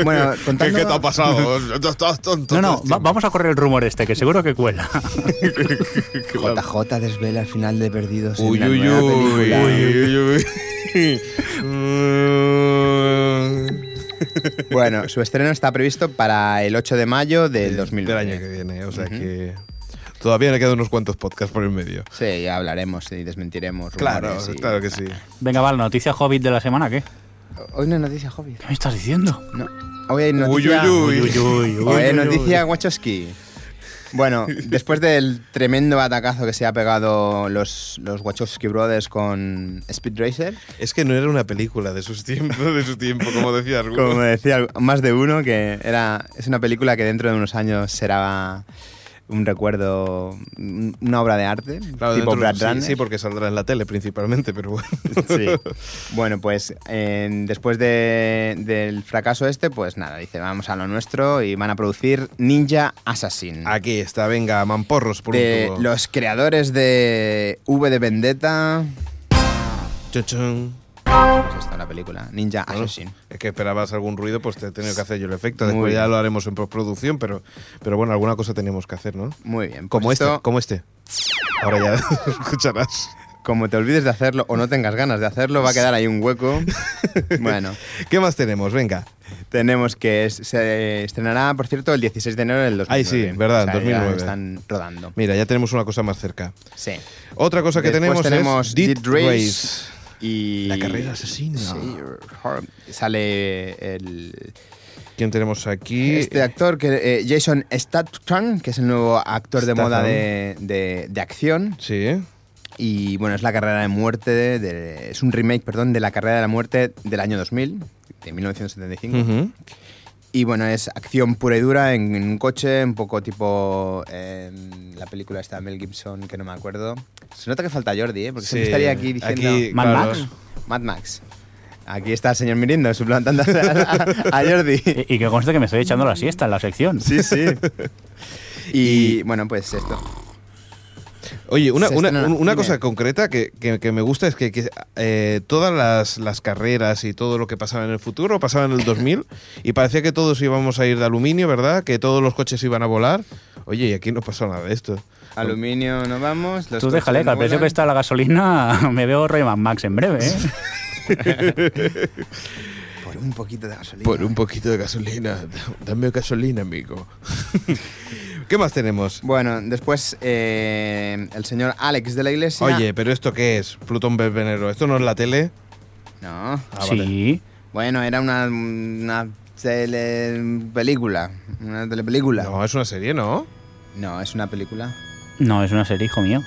Bueno,
¿Qué,
contando...
Eh, qué te ha pasado? Estás tonto todo
No,
el
no, va-
tiempo.
vamos a correr el rumor este, que seguro que cuela.
JJ desvela el final de Perdidos
Uy,
en la
uy, uy,
nueva
uy,
película.
uy, uy. Mm,
Bueno, su estreno está previsto para el 8 de mayo del 2000.
Del año que viene, o sea que todavía le quedan unos cuantos podcasts por el medio.
Sí, ya hablaremos y desmentiremos.
Claro,
rumores y-
claro que sí.
Venga, va, la noticia Hobbit de la semana, ¿qué?
Hoy no hay noticia, Hobby.
¿Qué me estás diciendo?
No. Hoy hay
Uy,
noticia...
uy, uy.
Hoy hay noticia Wachowski. Bueno, después del tremendo batacazo que se ha pegado los, los Wachowski Brothers con Speed Racer,
Es que no era una película de sus tiempos, de su tiempo, como decía
como
alguno.
me decía más de uno, que era, es una película que dentro de unos años será un recuerdo, un- una obra de arte,
Claro,
tipo
dentro-
Brad
sí,
Runner.
sí, porque saldrá en la tele principalmente, pero bueno.
Sí. Bueno, pues en- después de- del fracaso este, pues nada, dice, vamos a lo nuestro y van a producir Ninja Assassin.
Aquí está, venga, mamporros por
Mm. de
un tubo.
los creadores de V de Vendetta.
Chun, chun.
Pues esta la película, Ninja
Bueno,
Assassin.
Es que esperabas algún ruido, pues te he tenido que hacer yo el efecto.
Muy
Después ya
bien.
lo haremos en postproducción, pero, pero bueno, alguna cosa tenemos que hacer, ¿no?
Muy bien.
Como
pues
este,
esto,
como este. Ahora ya lo escucharás.
como te olvides de hacerlo o no tengas ganas de hacerlo, va a quedar ahí un hueco. bueno,
¿Qué más tenemos? Venga.
tenemos que es- se estrenará, por cierto, el 16 de enero del 2009.
Ay, sí, verdad,
O sea, ya
2009.
están rodando.
Mira, ya tenemos una cosa más cerca.
Sí.
Otra cosa que
Después
tenemos,
tenemos
es Dead
Dead Race.
Race.
Y
La carrera asesina.
Sí, hor- sale el,
¿Quién tenemos aquí?
este actor que eh, Jason Statham, que es el nuevo actor de
Statham.
moda de- de- de acción.
Sí. ¿eh?
Y bueno, es la carrera de muerte, de, es un remake, perdón, de la carrera de la muerte del año 2000, de 1975.
Ujú.
Y bueno, es acción pura y dura en, en un coche, un poco tipo eh, la película esta de Mel Gibson, que no me acuerdo. Se nota que falta Jordi, ¿eh? porque siempre
Sí,
estaría aquí diciendo
aquí,
Mad
claro,
Max.
Mad Max. Aquí está el señor Mirindo suplantando a, a- a Jordi.
Eh, Y, y que conste que me estoy echando la siesta en la sección.
Sí, sí. Y, bueno, pues esto.
Oye, una,
Se
una-
estrena-
un- una
dime.
cosa concreta que, que- que me gusta es que, que, eh, todas las, las carreras y todo lo que pasaba en el futuro pasaba en el 2000 y parecía que todos íbamos a ir de aluminio, ¿verdad? Que todos los coches iban a volar. Oye, y aquí no pasó nada de esto.
Aluminio no vamos. los
Tú
coches
déjale,
no
que al precio que
vuelan.
está la gasolina me veo Roy Mad Max en breve, ¿eh?
Por un poquito de gasolina.
Por un poquito de gasolina. Dame gasolina, amigo. ¿Qué más tenemos?
Bueno, después eh, el señor Alex de la Iglesia.
Oye, pero ¿esto qué es? Plutón Venero. ¿Esto no es la tele?
No.
sí.
Bueno, era una, una telepelícula. Una telepelícula.
No, es una serie, ¿no?
No, es una película.
No, es una serie, hijo mío.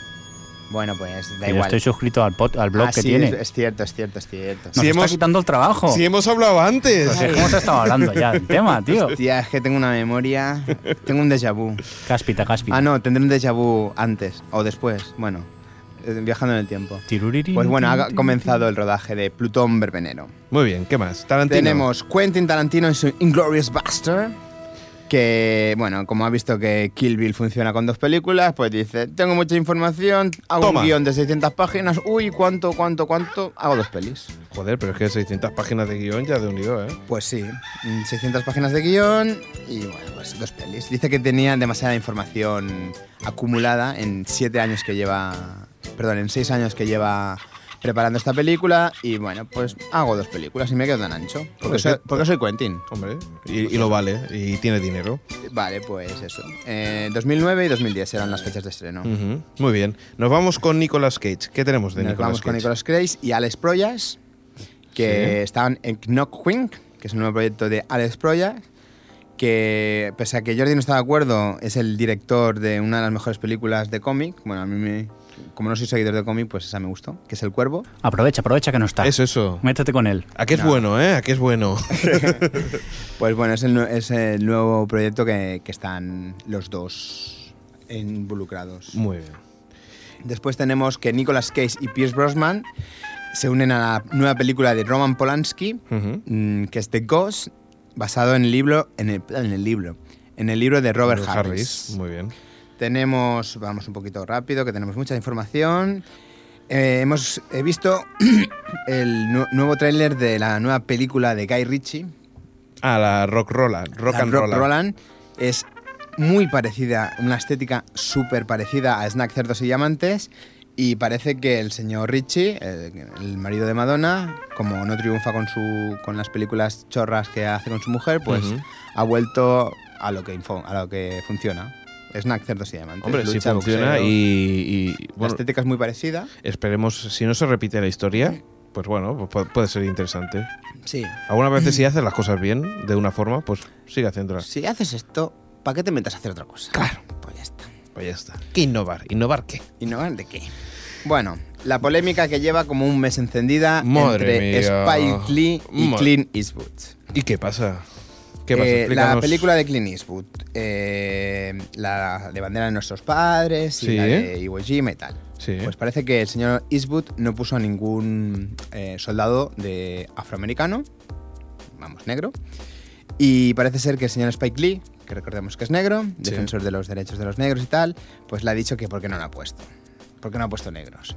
Bueno, pues da
Que yo
igual.
estoy suscrito al, pod- al blog
Ah,
que
sí,
tiene.
Es, es cierto, es cierto, es cierto.
Nos
Sí,
está
hemos-
quitando el trabajo.
Si hemos hablado antes.
Pues es que hemos estado hablando ya del tema, tío.
Tía, es que tengo una memoria. tengo un déjà vu.
Cáspita, cáspita.
Ah, no, tendré un déjà vu antes o después. Bueno, eh, viajando en el tiempo.
Tiruririn,
Pues bueno,
tin,
ha
tin,
comenzado el rodaje de Plutón Verbenero.
Muy bien, ¿qué más? Tarantino.
Tenemos Quentin Tarantino y su Inglorious Buster. Que, bueno, como ha visto que Kill Bill funciona con dos películas, pues dice: Tengo mucha información, hago
Toma.
un guión de 600 páginas, uy, cuánto, cuánto, cuánto, hago dos pelis.
Joder, pero es que 600 páginas de guión ya de unido, ¿eh?
Pues sí, mm, 600 páginas de guión y, bueno, pues dos pelis. Dice que tenía demasiada información acumulada en siete años que lleva. Perdón, en seis años que lleva preparando esta película, y bueno, pues hago dos películas y me quedo tan ancho. Porque
Joder,
soy-
qué-
porque soy Quentin.
Hombre, y, y lo vale, y tiene dinero.
Vale, pues eso. Eh, 2009 y 2010 eran las fechas de estreno.
Ujú, Muy bien. Nos vamos con Nicolas Cage. ¿Qué tenemos de
Nos
Nicolas
vamos
Cage?
con Nicolas Cage y Alex Proyas, que
Sí.
estaban en Knock Wink, que es un nuevo proyecto de Alex Proyas, que pese a que Jordi no está de acuerdo, es el director de una de las mejores películas de cómic. Bueno, a mí, me- como no soy seguidor de cómic, pues esa me gustó, que es El Cuervo.
Aprovecha, aprovecha que no está.
Eso, eso.
Métete con él.
¿A qué es bueno, eh? ¿A qué es bueno?
Pues bueno, es el, nue- es el nuevo proyecto que, que están los dos involucrados.
Muy bien.
Después tenemos que Nicolas Cage y Pierce Brosnan se unen a la nueva película de Roman Polanski,
Ujú.
mm, que es The Ghost, basado en el libro, en el, en el libro, en el libro de Robert
Will
Harris.
Muy bien.
Tenemos, vamos un poquito rápido, que tenemos mucha información. Eh, hemos he visto el nu- nuevo tráiler de la nueva película de Guy Ritchie,
Ah, la Rock Rolla. Rock
la
and
Rock
Rolla.
Roland. Es muy parecida, una estética súper parecida a Snack Cerdos y Diamantes. Y parece que el señor Richie, el, el marido de Madonna, como no triunfa con, su, con las películas chorras que hace con su mujer, pues
Ujú.
ha vuelto a lo que, info- a lo que funciona. Snack Cerdos y Diamantes.
Hombre, sí
lucha,
funciona
boxeo. Este-
y, y,
la
bueno,
estética es muy parecida.
esperemos, si no se repite la historia, pues bueno, pues pu- puede ser interesante.
Sí.
Algunas veces si haces las cosas bien, de una forma, pues sigue haciéndolas.
Si haces esto, ¿para qué te metas a hacer otra cosa? Claro. Pues ya está.
Pues ya está. ¿Qué innovar? ¿Innovar qué?
¿Innovar de qué? Bueno, la polémica que lleva como un mes encendida
Madre
entre
mía.
Spike Lee y
Madre-
Clint Eastwood.
¿Y qué pasa? ¿Qué pasa?
Eh, la
Explícanos.
película de Clint Eastwood, eh, la de bandera de nuestros padres y
Sí.
la de Iwo Jima y tal.
Sí.
Pues parece que el señor Eastwood no puso a ningún eh, soldado de afroamericano, vamos, negro. Y parece ser que el señor Spike Lee, que recordemos que es negro, defensor de los derechos de los negros y tal, pues le ha dicho que por qué no lo ha puesto. ¿Por qué no ha puesto negros?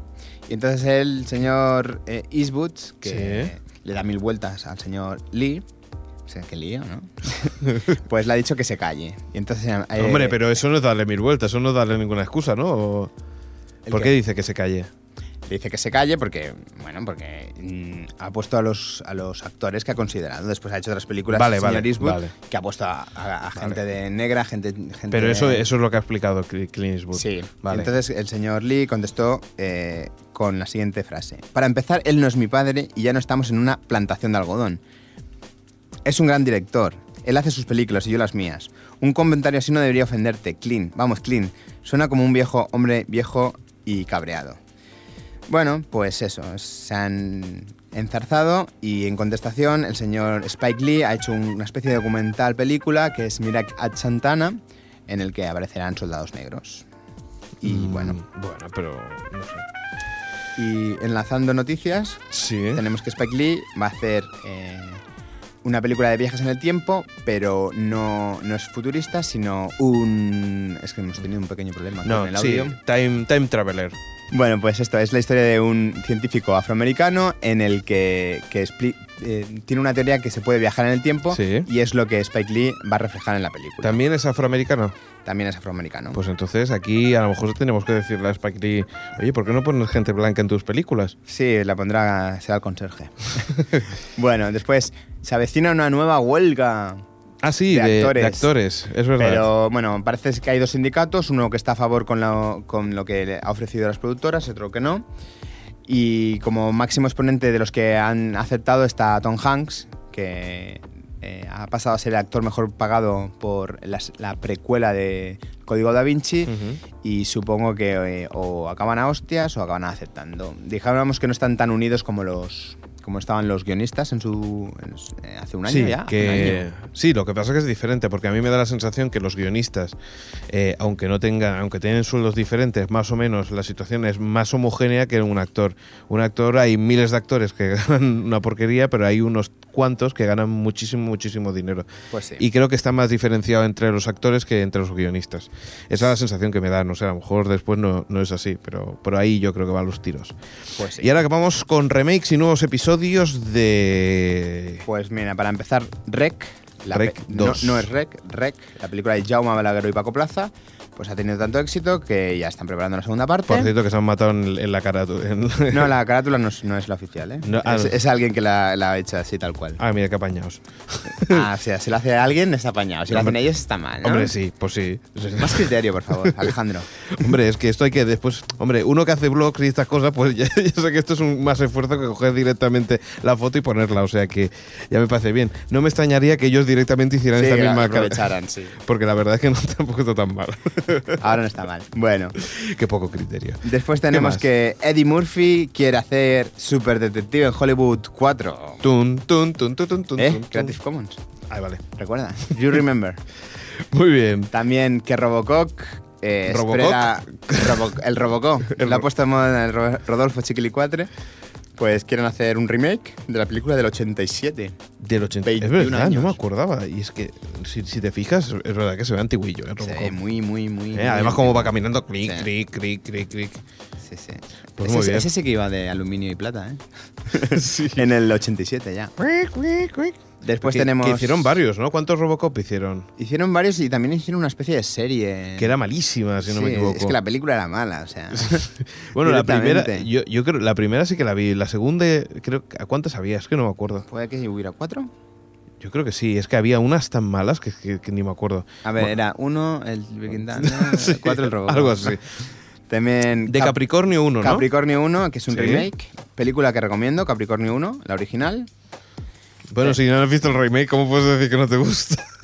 Y entonces el señor eh, Eastwood, que le da mil vueltas al señor Lee, o sea, qué lío, ¿no? pues le ha dicho que se calle. Y entonces, eh,
Hombre, pero eso no es darle mil vueltas, eso no es darle ninguna excusa, ¿no? O-
¿el
¿Por
qué?
qué dice que se calle?
Le dice que se calle porque, bueno, porque mm, ha puesto a los, a los actores que ha considerado. Después ha hecho otras películas
Vale,
el señor
vale,
Eastwood,
vale.
que ha puesto a, a- a gente de negra, gente, gente
Pero eso,
de-
eso es lo que ha explicado Cl- Clint Eastwood.
Eh, Sí.
Vale.
Entonces el señor Lee contestó eh, con la siguiente frase. Para empezar, él no es mi padre y ya no estamos en una plantación de algodón. Es un gran director. Él hace sus películas y yo las mías. Un comentario así no debería ofenderte, Clean. Vamos, Clean. Suena como un viejo hombre viejo y cabreado. Bueno, pues eso, se han enzarzado y en contestación el señor Spike Lee ha hecho un- una especie de documental película que es Mirac at Santana, en el que aparecerán soldados negros. Y
Mm,
bueno,
Bueno, pero. No sé.
y enlazando noticias,
Sí.
tenemos que Spike Lee va a hacer eh, una película de viajes en el tiempo, pero no, no es futurista, sino un... Es que hemos tenido un pequeño problema con el
No, sí.
audio.
Time, time Traveler.
Bueno, pues esto es la historia de un científico afroamericano en el que, que expli- eh, tiene una teoría que se puede viajar en el tiempo
Sí.
y es lo que Spike Lee va a reflejar en la película.
¿También es afroamericano?
También es afroamericano.
Pues entonces aquí a lo mejor tenemos que decirle a Spike Lee, oye, ¿por qué no pones gente blanca en tus películas?
Sí, la pondrá, será el conserje. bueno, después se avecina una nueva huelga
Ah, sí, de,
de
de actores.
actores.
es verdad.
Pero bueno, parece que hay dos sindicatos, uno que está a favor con lo, con lo que le ha ofrecido las productoras, otro que no. Y como máximo exponente de los que han aceptado está Tom Hanks, que eh, ha pasado a ser el actor mejor pagado por las- la, precuela de Código da Vinci.
Ujú.
Y supongo que eh, o acaban a hostias o acaban aceptando. Dijéramos que no están tan unidos como los como estaban los guionistas en su en su- eh, hace un año
sí,
ya. un
que,
año.
sí, lo que pasa es que es diferente, porque a mí me da la sensación que los guionistas, eh, aunque no tengan, aunque tienen sueldos diferentes, más o menos la situación es más homogénea que un actor. Un actor, hay miles de actores que ganan una porquería, pero hay unos cuantos que ganan muchísimo, muchísimo dinero.
Pues sí.
Y creo que está más diferenciado entre los actores que entre los guionistas. Esa es la sensación que me da, no sé, a lo mejor después no, no es así, pero por ahí yo creo que van los tiros.
Pues sí.
Y ahora que vamos con remakes y nuevos episodios de...
Pues mira, para empezar, Rec. la
Rec
pe-
2.
No, no es Rec, Rec, la película de Jaume Balagueró y Paco Plaza, pues ha tenido tanto éxito que ya están preparando la segunda parte.
Por cierto, que se han matado en, en la cara. tú, en-
No, la carátula no es, no es la oficial, ¿eh?
No, ah,
es,
no.
es alguien que la, la ha hecho así tal cual.
Ah, mira, qué apañados.
Ah, o sea, si la hace alguien, está apañado. Si la hacen
Hombre.
ellos, está mal. ¿no?
Hombre, sí, pues sí.
Más criterio, por favor, Alejandro.
hombre, es que esto hay que después... Hombre, uno que hace blogs y estas cosas, pues ya, ya sé que esto es un más esfuerzo que coger directamente la foto y ponerla. O sea que ya me parece bien. No me extrañaría que ellos directamente hicieran
Sí,
esta
que la
misma...
aprovecharan, sí.
Porque la verdad es que no tampoco está tan mal.
Ahora no está mal. Bueno,
Qué poco criterio.
después
más?
tenemos que Eddie Murphy quiere hacer Super Detective en Hollywood 4.
Tun, tun, tun, tun, tun, tun,
¿Eh?
tun.
Creative Commons.
Ahí vale.
Recuerda. You remember.
Muy bien.
También que Robocop. eh,
¿Robocock?
espera- Robo- el Robocop.
El
lo ha
Ro-
puesto en moda el Ro- Rodolfo Chiquilicuatre. Pues quieren hacer un remake de la película del 87.
Del 80. Es
21
verdad, no
años.
me acordaba. Y es que, si, si te fijas, es verdad que se ve antiguillo. ¿eh?
Se
Robocop.
ve muy, muy, muy.
Eh,
muy
Además, como va
antiguo.
caminando, clic,
Sí.
clic, clic, clic, clic.
Sí, sí.
Pues
ese,
muy bien.
ese sí que iba de aluminio y plata, ¿eh? En el 87 ya. Después
Que-
Pues tenemos.
Que hicieron varios, ¿no? ¿Cuántos Robocop hicieron?
Hicieron varios y también hicieron una especie de serie.
Que era malísima, si no
Eh. Sí,
me equivoco.
Es que la película era mala, o sea.
bueno, la primera,
directamente.
yo, yo creo, la primera sí que la vi. La segunda, creo, que- ¿a cuántas había? Es que no me acuerdo.
¿Puede que hubiera cuatro?
Yo creo que sí. Es que había unas tan malas que, que- que ni me acuerdo.
A ver,
Bueno.
era uno, el Quintana,
Sí,
cuatro, el Robocop.
Algo así.
También
De
Cap-
Capricornio 1, ¿no?
Capricornio 1, que es un
Sí.
remake. Película que recomiendo, Capricornio 1, la original.
Bueno, si no has visto el remake, ¿cómo puedes decir que no te gusta?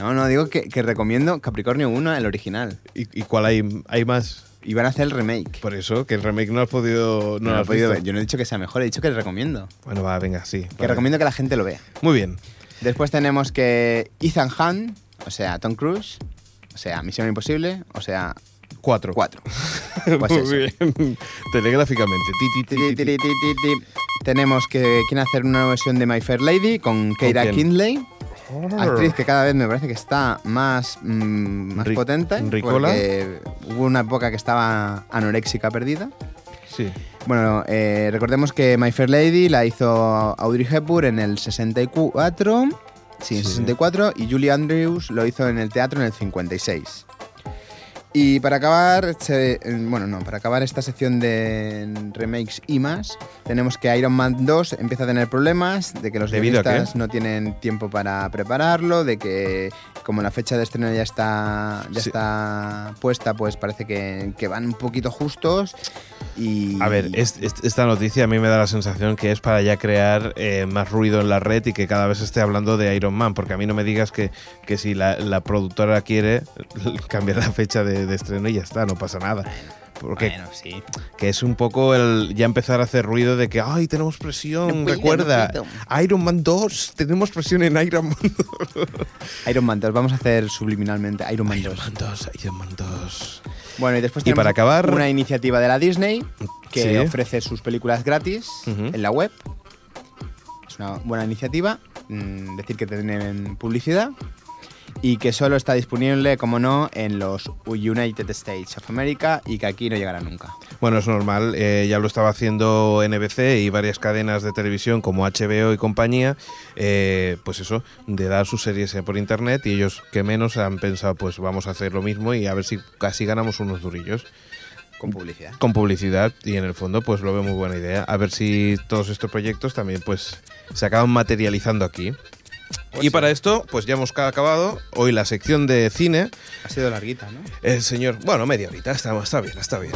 No, no, digo que, que recomiendo Capricornio 1, el original.
¿Y, y cuál hay, hay más?
Y van a hacer el remake.
Por eso, que el remake no has podido. No, lo
No lo he
has
podido
visto.
ver. Yo no he dicho que sea mejor, he dicho que recomiendo.
Bueno, va, venga, sí.
Que
vale.
recomiendo que la gente lo vea.
Muy bien.
Después tenemos que Ethan Hunt, o sea, Tom Cruise, o sea, Misión Imposible, o sea,
Cuatro.
4. Pues
Muy
eso.
bien. Telegráficamente. Ti, ti, ti, ti, ti.
Tenemos que quieren hacer una versión de My Fair Lady con Keira
quién?
Kindley, actriz
Arr.
que cada vez me parece que está más, mm, más
Ri-
potente.
ricola.
porque Hubo una época que estaba anoréxica perdida.
Sí.
Bueno, eh, recordemos que My Fair Lady la hizo Audrey Hepburn en el 64. Sí, en
Sí.
64. Y Julie Andrews lo hizo en el teatro en el 56. Y para acabar, se- bueno, no, para acabar esta sección de remakes y más, tenemos que Iron Man 2 empieza a tener problemas, de que los
¿Debido a qué?
guionistas no tienen tiempo para prepararlo, de que como la fecha de estreno ya está, ya
Sí.
está puesta, pues parece que, que van un poquito justos. Y
A ver, es- es- esta noticia a mí me da la sensación que es para ya crear eh, más ruido en la red y que cada vez se esté hablando de Iron Man, porque a mí no me digas que, que si la, la productora quiere cambiar la fecha de, de estreno y ya está, no pasa nada. Porque
Bueno, sí.
que es un poco el ya empezar a hacer ruido de que, ay, tenemos presión,
No puedo,
recuerda,
no
Iron Man 2, tenemos presión en Iron Man 2.
Iron Man 2, vamos a hacer subliminalmente Iron Man 2.
Iron Man 2, Iron Man 2.
Bueno, y después
Y
tenemos
para acabar-
una iniciativa de la Disney que
Sí.
ofrece sus películas gratis
Ujú.
en la web. Es una buena iniciativa, mm, decir que tienen publicidad y que solo está disponible, como no, en los United States of America y que aquí no llegará nunca.
Bueno, es normal, eh, ya lo estaba haciendo NBC y varias cadenas de televisión como HBO y compañía, eh, pues eso, de dar sus series por internet y ellos que menos han pensado, pues vamos a hacer lo mismo y a ver si casi ganamos unos durillos
Con publicidad.
con publicidad y en el fondo pues lo veo muy buena idea. A ver si todos estos proyectos también pues se acaban materializando aquí. Y para esto, pues ya hemos ca- acabado hoy la sección de cine.
Ha sido larguita, ¿no?
El señor, bueno, media horita, está, está bien, está bien.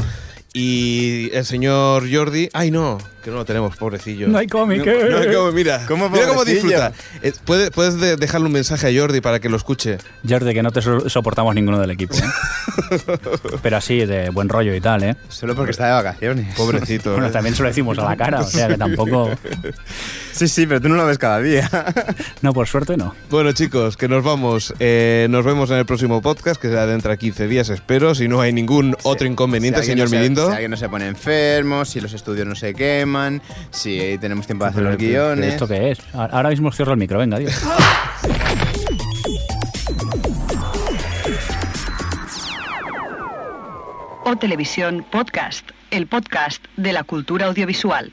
Y el señor Jordi, ay no, que no lo tenemos, pobrecillo.
No hay cómic.
No,
eh.
no hay cómo- mira,
¿Cómo
mira cómo
pobrecillo?
disfruta. Eh, ¿Puedes, puedes de- dejarle un mensaje a Jordi para que lo escuche.
Jordi, que no te so- soportamos ninguno del equipo. ¿eh? Pero así, de buen rollo y tal, ¿eh?
Solo porque está de vacaciones.
Pobrecito.
Bueno,
eh.
también se lo decimos a la cara, o sea que tampoco.
Sí, sí, pero tú no lo ves cada día.
No, por suerte no.
Bueno, chicos, que nos vamos. Eh, nos vemos en el próximo podcast, que será dentro de 15 días, espero, si no hay ningún otro inconveniente,
Si
señor
alguien no se-
Mirindo.
Si alguien no se pone enfermo, si los estudios no se queman, si tenemos tiempo de hacer los
Pero- pero
guiones.
¿Esto qué es? A- Ahora mismo cierro el micro, venga, adiós.
O Televisión Podcast, el podcast de la cultura audiovisual.